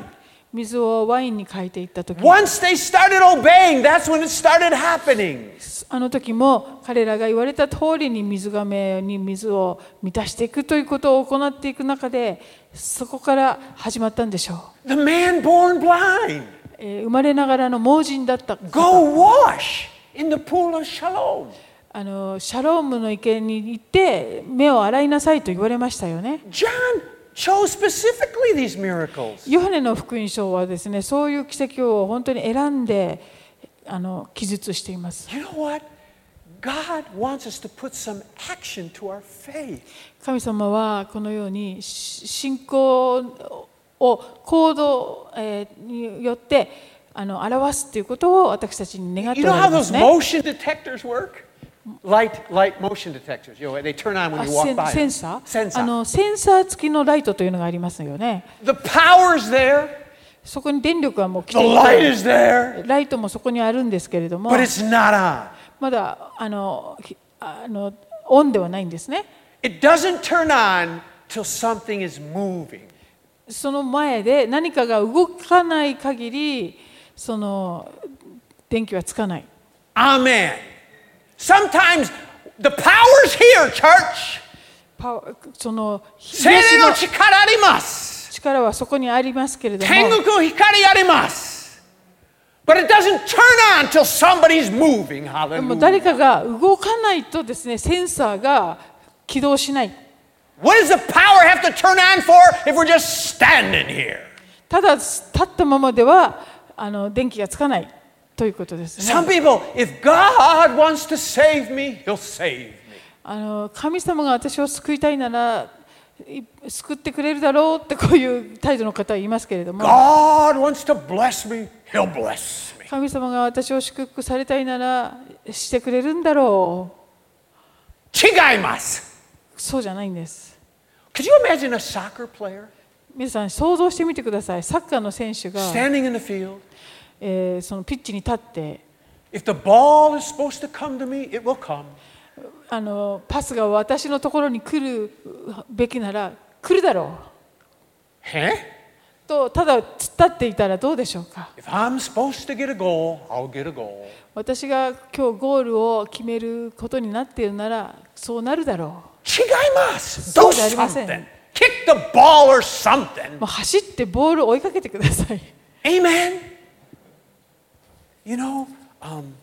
水をワインに変えていった時 Once they started obeying, that's when it started happening. あの時も彼らが言われた通りに水がめに水を満たしていくということを行っていく中でそこから始まったんでしょ The man born blind. う、えー生まれながらの盲人だった方 Go wash in the pool of Shalom. あのシャロームの池に行って目を洗いなさいと言われましたよね John chose specifically these miracles. ヨハネの福音書はですねそういう奇跡を本当に選んであの記述しています You know what? God wants us to put some action to our faith. 神様はこのようにし信仰を行動えーによってあの表すということを私たちに願っ You てお know how られま those すね。 motion detectors work? Light, light motion detectors. You know, they turn on あ when you walk セン by. セ them. ンサー Sensor. Oh, あのセンサー付きのライトというのがありますよね。 The power's there. そこに電力はもう来 The てい light is there. てライトもそこにあるんですけれども But it's not on. まだあのひあのオンではないんですね。 It doesn't turn on till something is moving. その前で何かが動かない限りその電気はつかない。 Amen. Sometimes the power's here, church. パワーその聖霊癒のしの力あります。力はそこにありますけれども天国の光あります。But it doesn't turn on till somebody's moving. でも Hallelujah. 誰かが動かないとですねセンサーが起動しない What does the power have to turn on for if we're just standing here? ただ立ったままではあの電気がつかないということですね Some people, if God wants to save me, He'll save me. あの神様が私を救いたいならい救ってくれるだろうってこういう態度の方はいますけれども God wants to bless me, He'll bless me. 神様が私を祝福されたいならしてくれるんだろ Chigaimas. うそうじゃないんです Could you imagine a soccer player 皆さん想像してみてくださいサッカーの選手が standing in the field? えーそのピッチに立って If the ball is supposed to come to me, it will come. あのパスが私のところに来るべきなら来るだろ Huh? うとただ突っ立っていたらどうでしょうか If I'm supposed to get a goal, I'll get a goal. 私が今日ゴールを決めることになっているならそうなるだろ Chigaimas. Do そうじゃありません。 something. Kick the ball or う something. もう走ってボールを追いかけてください Amen. You know, um,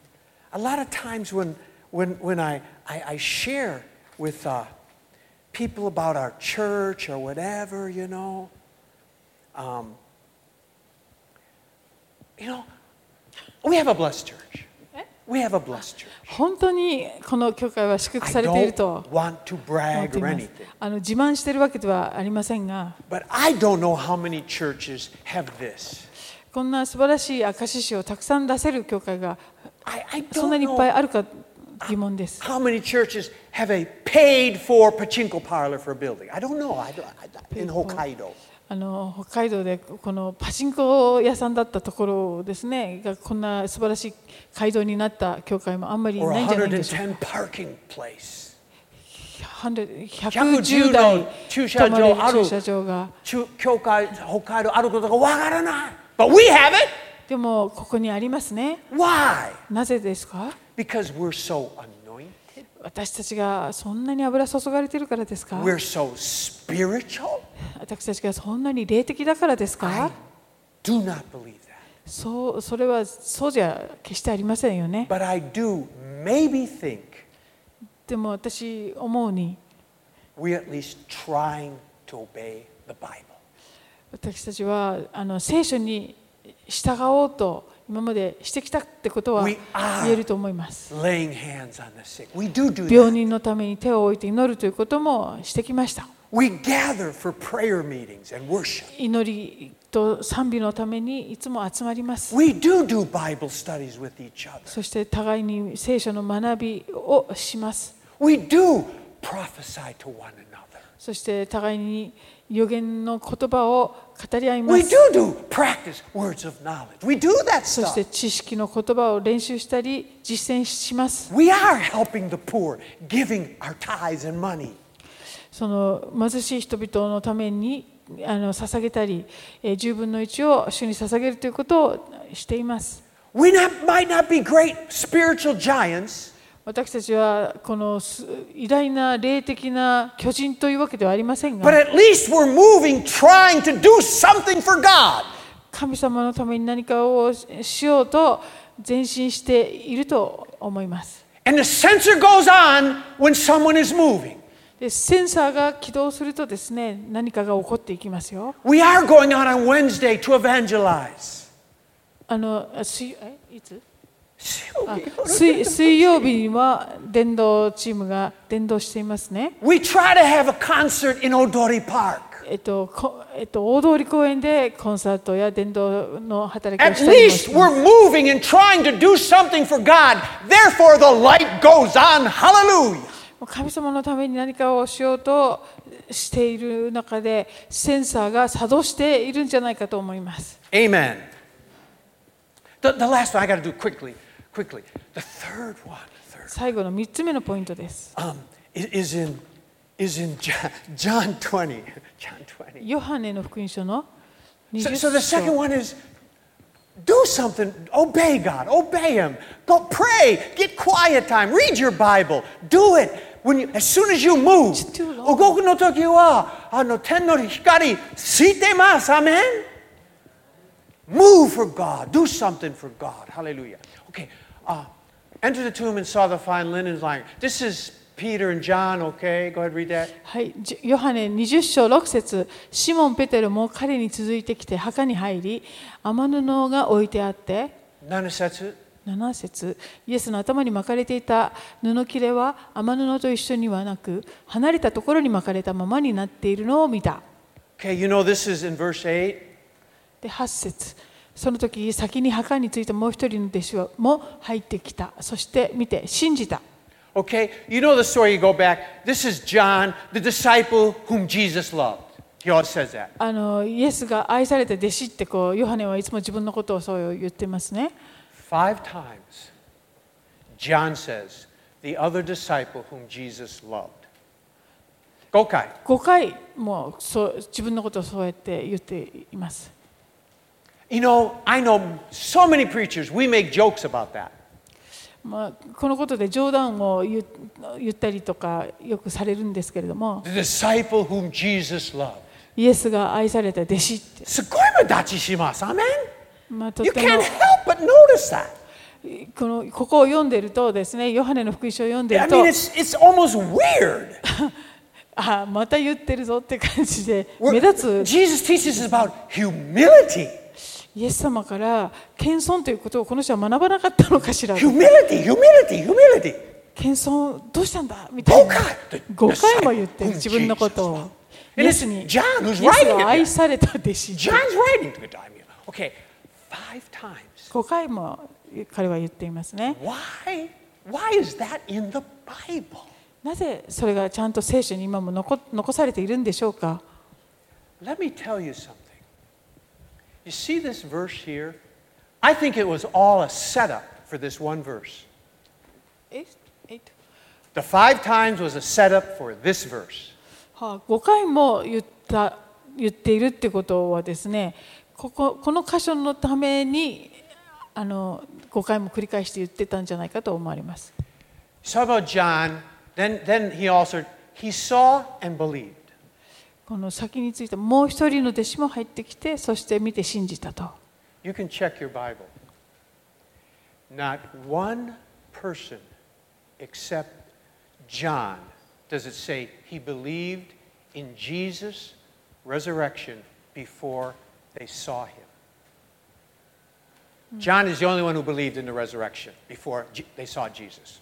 a lot of times when, when, when I, I, I share with uh, people about our church or whatever, you know, um, you know, we have a blessed church. We have a blessed church. 本当にこの教会は祝福 I されていると don't want to 思っ brag てい or ます anything, あの自慢しているわけではありませんが but I don't know how many churches have this. こんな素晴らしい証しをたくさん出せる教会が I, I そんな don't にいっぱ know いあるか疑問です How many churches have a paid for pachinko parlor for a building? I don't know. I don't, I, in Paid for. Hokkaido. あの北海道でこのパチンコ屋さんだったところですねがこんな素晴らしい街道になった教会もあんまり Or ないんじゃないでしょうか。 110 parking place. 100 110 110台駐車場泊まあれるる駐車場が中教会北海道あることがわからない。But we have it. でもここにありますね。 Why? なぜですか Because we're so anointed. 私たちがそんなに油注がれてるからですか We're so spiritual. 私たちがそんなに霊的だからですか Do not believe that. そうそれはそうじゃ決してありませんよね。 But I do maybe think でも私思うに we're at least trying to obey the Bible. 私たちはあの聖書に従おうと今までしてきたってことは We 言 are. えると思います。 laying hands on the sick. We do do 病 that. 人のために手を置いて祈るということもしてきました。 We gather for prayer meetings and worship. 祈りと賛美のためにいつも集まります。 We do do Bible studies with each other. そして互いに聖書の学びをします。 We do prophesy to one another. そして互いに予言の言葉を語り合いま We す。 do do practice words of knowledge. We do that そし stuff. て知識の言葉を練習したり実践します。 We are helping the poor, giving our tithes and money. その貧しい人々のためにあの捧げたり、えー、10分の1を主に捧げるということをしています。 We not, might not be great spiritual giants, 私たちはこのす偉大な霊的な巨人というわけではありません but が、 at least we're moving, trying to do something for God. 神様のために何かをしようと前進していると思います。 And the sensor goes on when someone is moving. でセンサーが起動するとですね、何かが起こっていきますよ。 We are going out on Wednesday to evangelize. あの、あ水えいつ Okay. 水水曜日には伝道チームが伝道していますね。 We try to have a concert in Odori Park. えっとこえっと、大通公園でコンサートや伝道の働きを At したりも least します we're moving and trying to do something for God. Therefore, the light goes on. Hallelujah. 神様のために何かをしようとしている中でセンサーが作動しているんじゃないかと思います。 Amen. The, the last one I got to do quickly, quickly. The third one, third, 最後の3つ目のポイントです。 um, i- is in, is in John, John 20. John 20. ヨハネの福音書の So, so the 20 second 章 one is do something, obey God, obey Him. Go pray, get quiet time, read your Bible, do it. When you, as soon as you move, It's too long. 動くの時はあの天の光ついてます。Amen? Move for God, do something for God. Hallelujah. Okay, uh, enter the tomb and saw the fine linen lying. This is Peter and John, okay? Go ahead, read that. はい、じヨハネ20章6節シモン・ペテルも彼に続いてきて墓に入り天布が置いてあって7節7節イエスの頭に巻かれていた布切れは雨布と一緒にはなく離れたところに巻かれたままになっているのを見た。 Okay, you know this is in verse 8. で8節その時先に墓についたもう一人の弟子はも入ってきたそして見て信じた Okay, you know the story, you go back. This is John, the disciple whom Jesus loved. He always says that. あのイエスが愛された弟子ってこうヨハネはいつも自分のことをそう言ってますね Five times, John says, the other disciple whom Jesus loved. Gokai. 5回もそう自分のことをそうやって言っています You know, I know so many preachers, we make jokes about that. まあ、このことで冗談を言う言ったりとかよくされるんですけれども The disciple whom Jesus loved. イエスが愛された弟子って、すごい目立ちします。Amen? まあ、とっ You ても can't help but notice that. このここを読んでるとですねヨハネの福音書を読んで I ると mean, it's, it's almost weird. あまた言ってるぞって感じで We're- 目立つ Jesus teaches us about humility. イエス様から謙遜ということをこの人は学ばなかったのかしら Humility, humility, humility. 謙遜どうしたんだみたい5な回5回も言ってる自分のことを And イエス it's にイエ John ス who's writing it が there. 愛された弟子 John's writing to the daimyo. Okay, five times. 5回も彼は言っていますね Why? Why is that in the Bible? なぜそれがちゃんと聖書に今も残残されているんでしょうか Let me tell you something. You see this verse here? I think it was all a setup for this one verse. ええっと The five times was a setup for this verse. はあ、5回も言った言っているってことはですねこここの箇所のためにあの5回も繰り返して言ってたんじゃないかと思われます。 So about John, then, then he also, he saw and believed. この先についてもう一人の弟子も入ってきてそして見て信じたと You can check your Bible. Not one person except John does it say he believed in Jesus' resurrection before they saw him. John is the only one who believed in the resurrection before Je- they saw Jesus.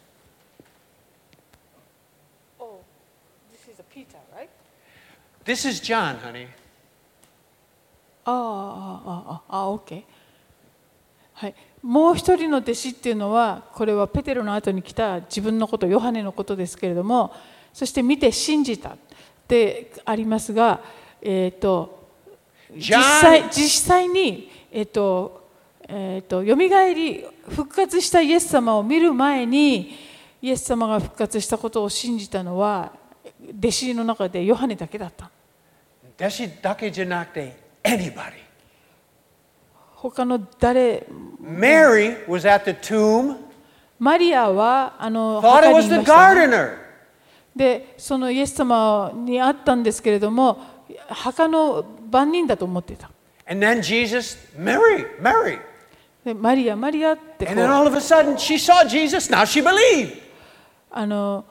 Oh, this is Peter, right? This is John, honey. あああああああ OK はいもう一人の弟子っていうのはこれはペテロの後に来た自分のことヨハネのことですけれどもそして見て信じたってありますがえっ、と実 John 際実際にえっ、とえっ、とよみがえり復活したイエス様を見る前にイエス様が復活したことを信じたのは弟子の中でヨハネだけだった。弟子だけじゃなくて anybody. 他の誰 Mary was at the tomb, マリアはあの thought 墓 it に was いま the したね gardener. でそのイエス様に会ったんですけれども墓の番人だと思っていた And then Jesus, Mary, Mary. でマリアマリアってこ And then う all of a sudden she saw Jesus, now she believed. あの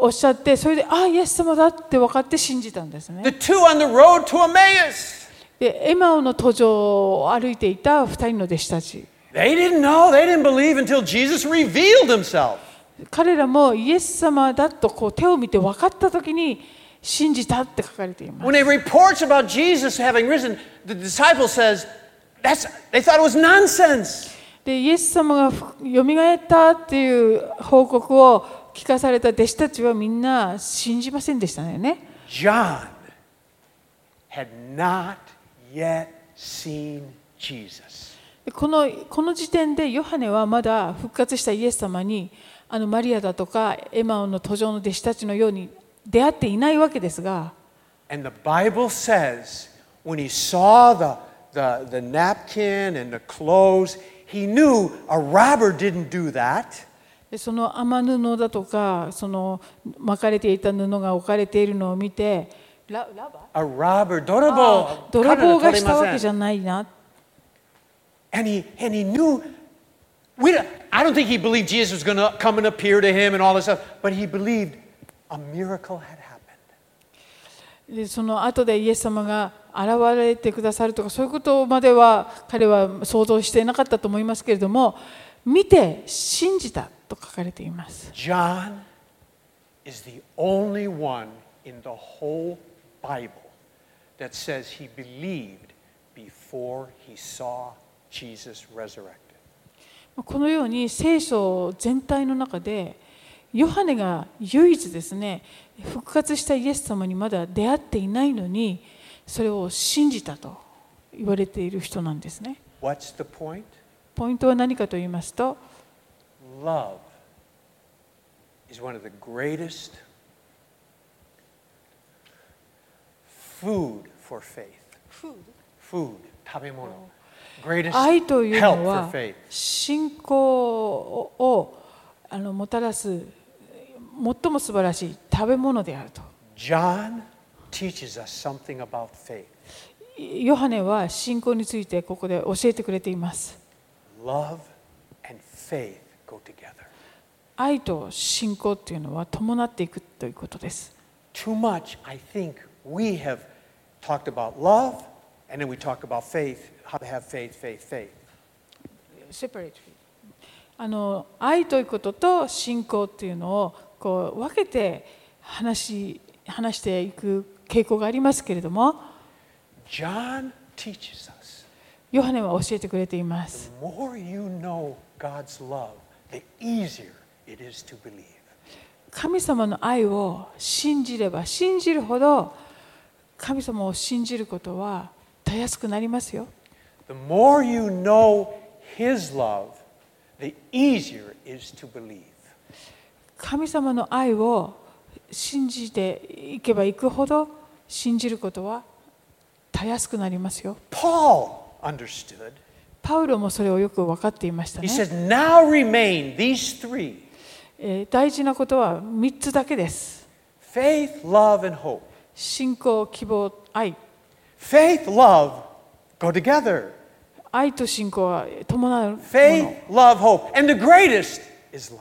おっしゃってそれでああイエス様だって分かって信じたんですね The two on the road to Emmaus. でエマオの途上を歩いていた2人の弟子たち They didn't know, they didn't believe until Jesus revealed himself. 彼らもイエス様だとこう手を見て分かった時に信じたって書かれています When they reports about Jesus having risen, the disciple says, that's, they thought it was nonsense. でイエス様がふよみがえったっていう報告を聞かされた弟子たちはみんな信じませんでしたよね。 John had not yet seen Jesus. でこのこの時点でヨハネはまだ復活したイエス様にあのマリアだとかエマオの途上の弟子たちのように出会っていないわけですが And the Bible says when he saw the, the, the napkin and the clothes, he knew a robber didn't do that. でその雨布だとかその巻かれていた布が置かれているのを見てララバ A robber, dorobo, 泥棒がしたわけじ彼らの取りませゃん。ないな and he and he knew. We don't, I don't think he believed Jesus was going to come and appear to him and all this stuff, but he believed a miracle had happened. でその後でイエス様が現れてくださるとかそういうことまでは彼は想像していなかったと思いますけれども見て信じたと書かれています John is the only one in the whole Bible that says he believed before he saw Jesus resurrected. このように聖書全体の中でヨハネが唯一ですね復活したイエス様にまだ出会っていないのにそれを信じたと言われている人なんですね What's the point? ポイントは何かと言いますと Love is one of the greatest food for faith. Food, tabemono. Greatest 愛という help の for は faith. 信仰をあのもたらす最も素晴らしい食べ物であると。 John teaches us something about faith. ヨハネは信仰についてここで教えてくれています。 Love and faith go together. 愛と信仰というのは伴っていくということです。 Too much, I think, we have talked about love and then we talk about faith, how to have faith, faith, faith. あの愛ということと信仰というのをこう分けて話し話していく傾向がありますけれども、 John teaches us ヨハネは教えてくれています。 the more you know God's love, the easier it is to believe. 神様の愛を信じれば信じるほど神様を信じることはたやすくなりますよ The more you know His love, the easier it is to believe. 神様の愛を信じていけばいくほど信じることはたやすくなりますよ Paul understood. パウロもそれをよく分かっていました He ね、 says, Now remain these three えー大事なことは3つだけです faith, love, and hope. 信仰希望愛 Faith, love go together. 愛と信仰は伴うも Faith, の love, hope. And the greatest is love.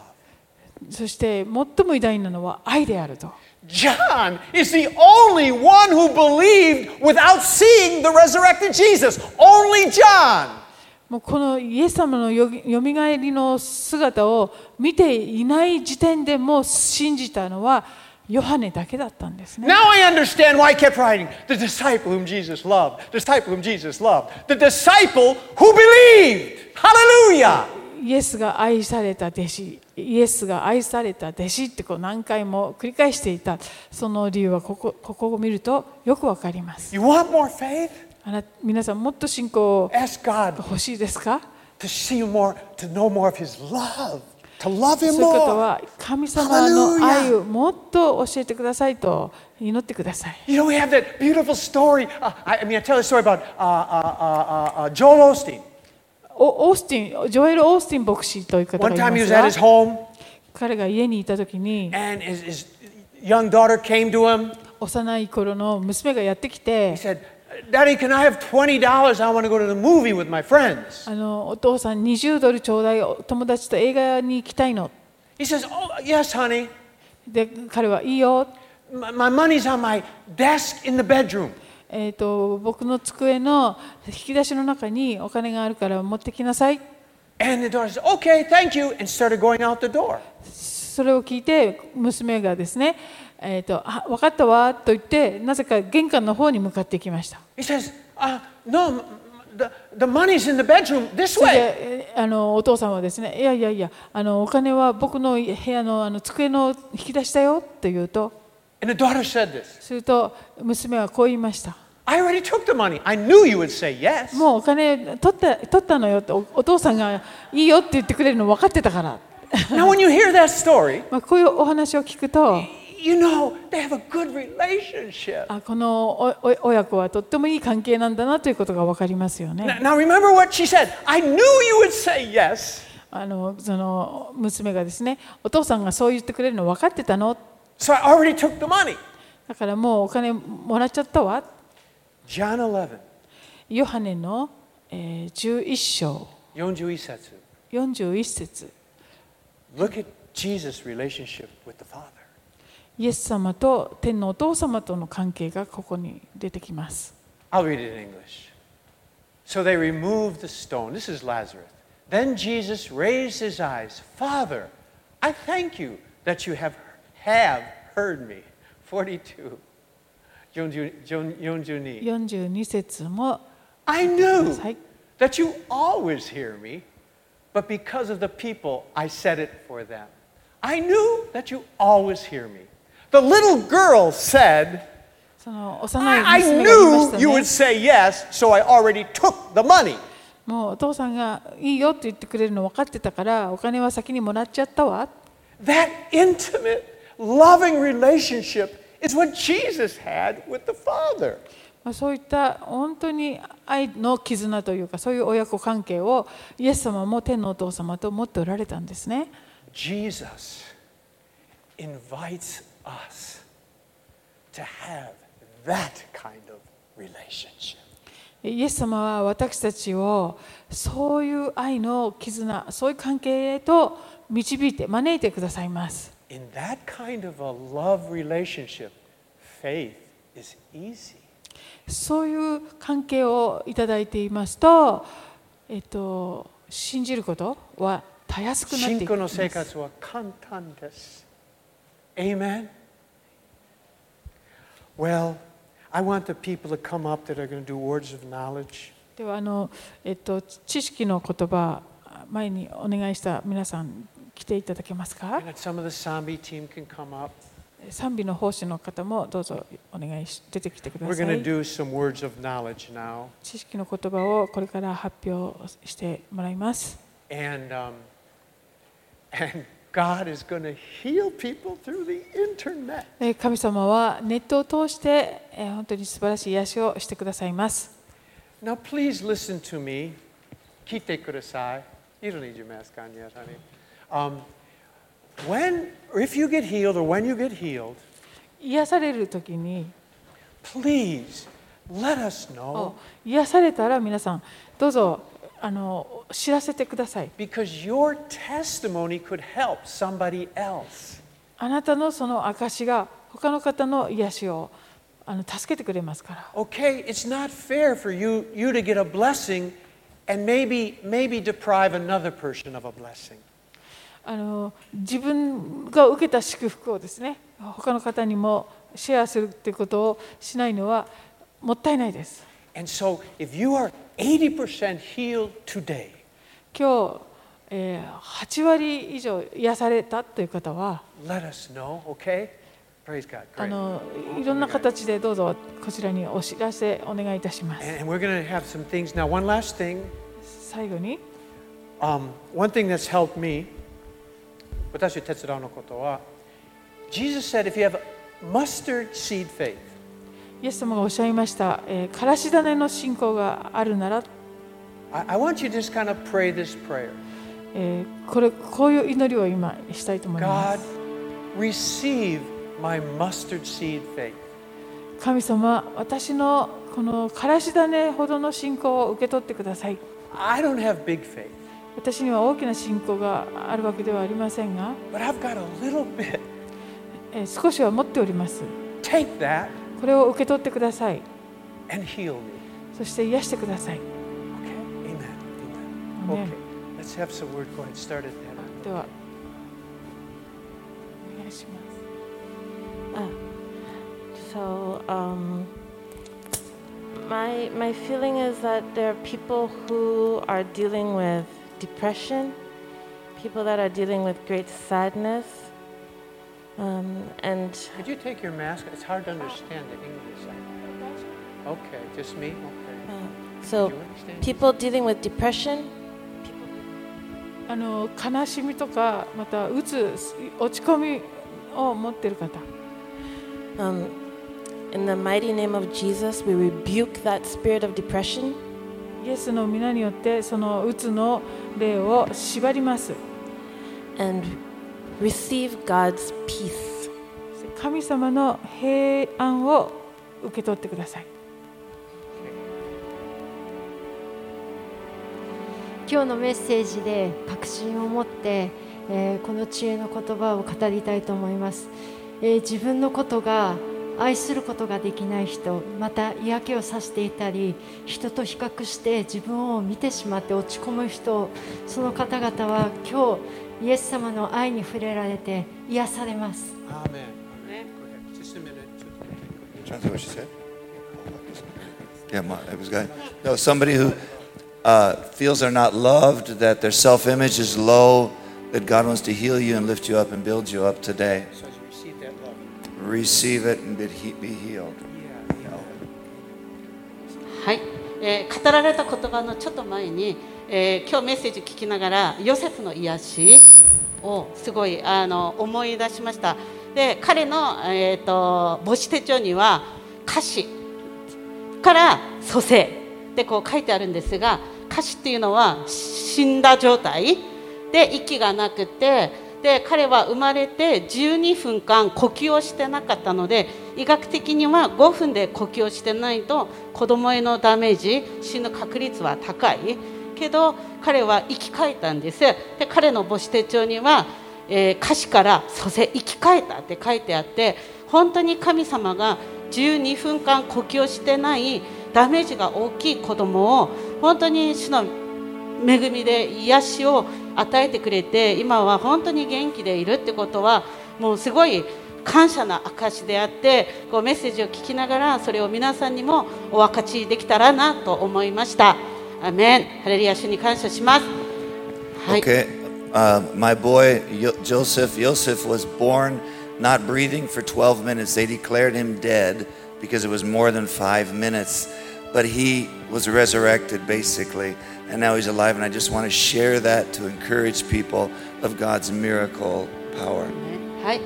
そして最も偉大なのは愛であると John is the only one who believed without seeing the resurrected Jesus. Only John. もうこのイエス様のよよみがえりの姿を見ていない時点でもう信じたのはヨハネだけだったんですね。 Now I understand why I kept writing the disciple whom Jesus loved, the disciple whom Jesus loved, the disciple who believed. Hallelujah! イエスが愛された弟子、イエスが愛された弟子ってこう何回も繰り返していた、その理由はここここを見るとよくわかります。 You want more faith? あな皆さん、もっと信仰を Ask God 欲しいですか to see more, to know more of His love, to love そうい Him う方 more. は神様の愛をもっと教えてくださいと祈ってください。 You know, we have that beautiful story. Uh, I, I mean, I tell a story about uh, uh, uh, uh, uh, Joel Osteen. おオースティン、ジョエル・オースティン牧師という方 One が time い he ま was at す his が、 home, 彼が家にいた時に and his, his young daughter came to him. 幼い頃の娘がやってき He て、 said, Daddy, can I have $20? I want to go to the movie with my friends. あのお父さん20ドルちょうだい、お友達と映画に行きたいの。 He says, Oh, yes, honey. で、彼はいいよ。 My, my money's on my desk in the bedroom. えー、と僕の机の引き出しの中にお金があるから持ってきなさい And the daughter said, Okay, thank you, and started going out the door. それを聞いて娘がですね、えー、とあ分かったわと言ってなぜか玄関の方に向かっていきました He says, uh, No, m- m- the, the money's in the bedroom this それ way. でえーあのお父さんはですねいやいやいやあのお金は僕の部屋のあの机の引き出しだよと言うと And the daughter said this すると娘はこう言いました I already took the money. I knew you would say yes. もうお金取った取ったのよっておお父さんがいいよって言ってくれるの分かってたから now, when you hear that story, まあこういうお話を聞くと you know they have a good relationship. あこのおお親子はとってもいい関係なんだなということが分かりますよ Now, ね。 now, remember what she said I knew you would say yes. あのその娘がですね、お父さんがそう言ってくれるの分かってたの So I already took the money. だからもうお金もらっちゃったわ。 John 11, ヨハネの、えー11章41節. 41節 Look at Jesus' relationship with the Father. イエス様と天のお父様との関係がここに出てきます。 I'll read it in English. So they removed the stone. This is Lazarus. Then Jesus raised his eyes. Father, I thank you that you have, have heard me. 42. Yeonju- Yeon- Yeonjuni. 42節も I knew はい that you always hear me, but because of the people, I said it for them. I knew that you always hear me. The little girl said, その幼い I, I 娘が knew Oh 言いました you ね would。say yes, so I already took the money. もうお父さんがいいよって言ってくれるの分かってたからお金は先にもらっちゃったわ That intimate, loving relationship is what Jesus had with the Father. まあそういった本当に愛の絆というかそういう親子関係をイエス様も天のお父様と持っておられたんですね Jesus invites us to have that kind of relationship. イエス様は私たちをそういう愛の絆そういう関係へと導いて招いてくださいます In that kind of a love relationship, faith is easy. そういう関係をいただいていますと、えっと、信じることはたやすくなって信いきます仰の生活は簡単です。Amen. Well, I want the people to come up that are going to do words of knowledge. ではあの、えっと、知識の言葉前にお願いした皆さん来ていただけますか And some of the Sambi team can come up. 賛美の奉仕の方もどうぞお願いし出てきてくだ We're さ going to い do some words of knowledge now. 知識の言葉をこれから発表してもらいます And, um, and God is going to heal people through the internet. え神様はネットを通してえ本当に素晴らしい癒しをしてくださいます Now, please listen to me. Kite kudasai. You don't need your mask on yet, honey. Um, when, or if you get healed, or when you get healed, 癒される時に please let us お know 癒されたら皆さんどうぞあの知らせてください because your testimony could help somebody else. あなたのその証が他の方の癒しをあの助けてくれますから。 Okay, it's not fair for you, you to get a blessing and maybe, maybe deprive another person of a blessing. あの自分が受けた祝福をですね他の方にもシェアするっていうことをしないのはもったいないです And so, if you are 80% healed today, 今日、えー8割以上癒されたという方は let us know, okay? Praise God. あ Great. のいろんな形でどうぞこちらにお知らせお願いいたします And and we're going to have some things. Now, one last thing. 最後に Um, one thing that's helped me, 私手伝うのことは Jesus said, if you have mustard seed faith, イエス様がおっしゃいました、えーからし種の信仰があるなら、 I, I want you to just kind of pray this prayer. えーこれこういう祈りを今したいと思いま God, す receive my mustard seed faith. 神様私のこのからし種ほどの信仰を受け取ってください I don't have big faith, 私には大きな信仰があるわけではありませんが、 but I've got a little bit. えー少しは持っております Take that これを受け取ってください and heal me. そして癒してください Okay? Amen. Amen. Amen. Okay. Let's have some word. Go ahead. Start at that. ではお願いします So, um, my my feeling is that there are people who are dealing with depression, people that are dealing with great sadness, um, and Could you take your mask? It's hard to understand the English. Okay, just me? Okay. uh, so Do you understand? people dealing with depression. people- あの悲しみとかまたうつ落ち込みを持っている方 Um, in the mighty name of Jesus, we rebuke that spirit of depression. イエスの皆によってそのうつの霊を縛ります and receive God's peace. 神様の平安を受け取ってください okay. 今日のメッセージで確信を持って、えーこの知恵の言葉を語りたいと思います、えー自分のことが愛することができない人また嫌気をさしていたり人と比較して自分を見てしまって落ち込む人その方々は今日イエス様の愛に触れられて癒されます Amen. Amen. Go ahead. Just a minute. Just a minute. Jonathan, what she said? Yeah, my, it was good. No, somebody who uh, feels they're not loved, that their self-image is low, that God wants to heal you and lift you up and build you up today. So as you receive that love. Receive it and be, he- be healed. Yeah. yeah. はい、えー語られた言葉のちょっと前に、えー今日メッセージ聞きながらヨセフの癒しをすごいあの思い出しましたで彼の、えー、と母子手帳には歌詞から蘇生でこう書いてあるんですが歌詞っていうのは死んだ状態で息がなくてで彼は生まれて12分間呼吸をしてなかったので医学的には5分で呼吸をしてないと子供へのダメージ死ぬ確率は高いけど彼は生き返ったんですで彼の母子手帳にはえー歌詞から「蘇生生き返った」って書いてあって本当に神様が12分間呼吸をしてないダメージが大きい子供を本当に主の恵みで癒しを与えてくれて今は本当に元気でいるってことはもうすごい感謝の証であってこうメッセージを聞きながらそれを皆さんにもお分かちできたらなと思いました。アーメンハレルヤ主に感謝します。はい Okay, uh, my boy Yo- Joseph, Joseph was born not breathing for 12 minutes. They declared him dead because it was more than five minutes. But he was resurrected basically, and now he's alive. And I just want to share that to encourage people of God's miracle power. はい、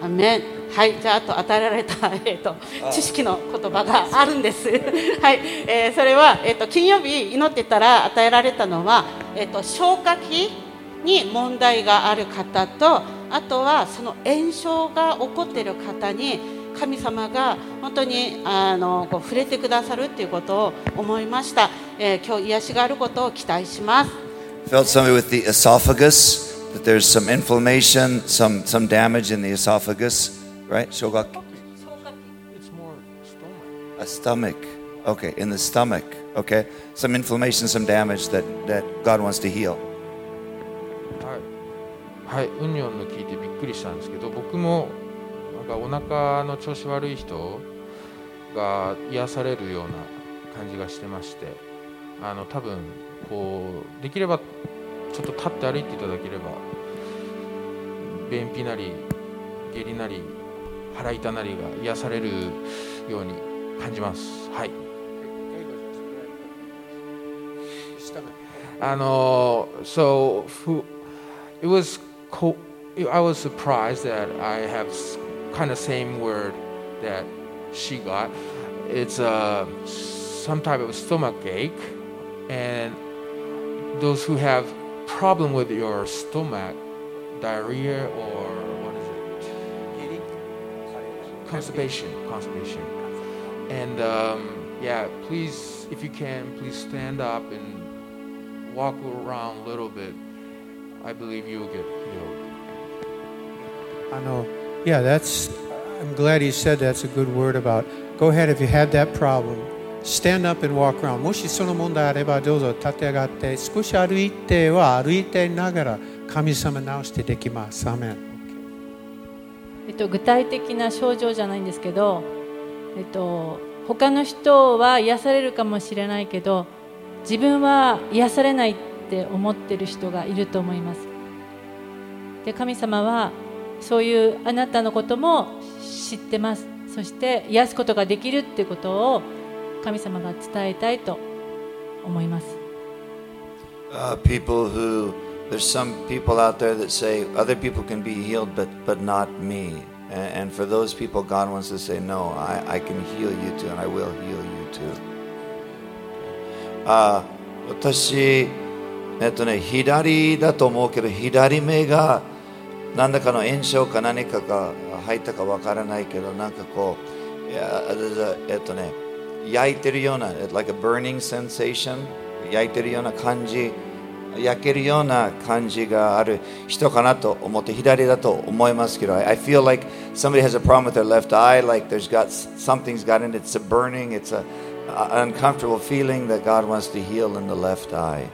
アーメン。はい、じゃああと与えられた、えー、と知識の言葉があるんです。 はい、えーそれは、えー、と金曜日祈ってたら与えられたのは、えー、と消化器に問題がある方とあとはその炎症が起こっている方に神様が本当にあのこう触れてくださるということを思いました、えー今日癒しがあることを期待します。 Felt somebody with the esophagus, that there's some inflammation, some, some damage in the esophagus, right? Shogak? It's A stomach. Okay, in the stomach. Okay, some inflammation, some damage that, that God wants to heal. はい、はい、うんにょんの聞いてびっくりしたんですけど僕もなんかお腹の調子悪い人が癒されるような感じがしてましてあの多分こうできればちょっと立って歩いていただければ便秘なり下痢なり腹痛なりが癒されるように感じますはいあの uh, so who- it was co- I was surprised that I have kind of same word that she got. It's uh, some type of stomach ache, and those who have problem with your stomach, diarrhea or what is it? Constipation. Constipation. And um, yeah, please, if you can, please stand up and walk around a little bit. I believe you will get healed. I know. Yeah, that's. I'm glad he said that's a good word about. Go ahead if you had that problem. Stand up and walk around. もしその問題あればどうぞ立て上がって少し歩いては歩いてながら神様直してできます。アーメン。えっと、具体的な症状じゃないんですけど、えっと、他の人は癒されるかもしれないけど自分は癒されないって思ってる人がいると思いますで神様はそういうあなたのことも知ってますそして癒すことができるってことを神様が伝えたいと思います Uh, people who there's some people out there that say other people can be healed, but but not me. And, and for those people, God wants to say, no, I, I can heal you too, and I will heal you too. あ私、えっとね、左だと思うけど左目が何らかの炎症か何かが入ったかわからないけどなんかこういやえっとね焼いてるような like a burning sensation 焼いてるような感じ焼けるような感じがある人かなと思って左だと思いますけど I, I feel like somebody has a problem with their left eye like there's got something's got in it it's a burning it's a an uncomfortable feeling that God wants to heal in the left eye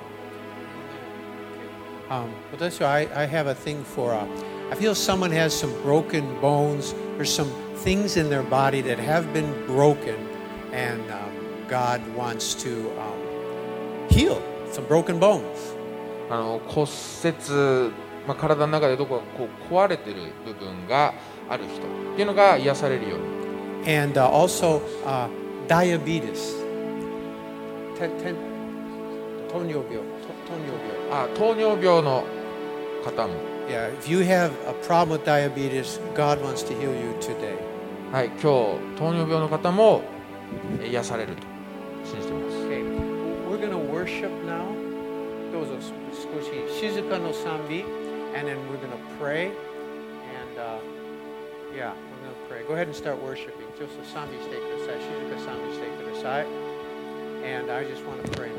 Um, but that's why I, I have a thing for. Uh, I feel someone has some broken bones or some things in their body that have been broken, and um, God wants to um, heal some broken bones. あの骨折、まあ、体の中でどこかこう壊れてる部分がある人っていうのが癒されるように and uh, also uh, diabetes. Ten, ten, tonyobyou, to- tonyobyou. あ糖尿病の方も、 yeah, if you have a problem with diabetes, God wants to heal you today. はい、今日糖尿病の方もえ癒されると信じてます Okay, we're going to worship now. Those are skoshi shizuka no sanbi, and then we're going to pray. And uh, yeah, we're going to pray. Go ahead and start worshiping. Just sanbi stay kudasai, shizuka sanbi stay kudasai. And I just want to pray now.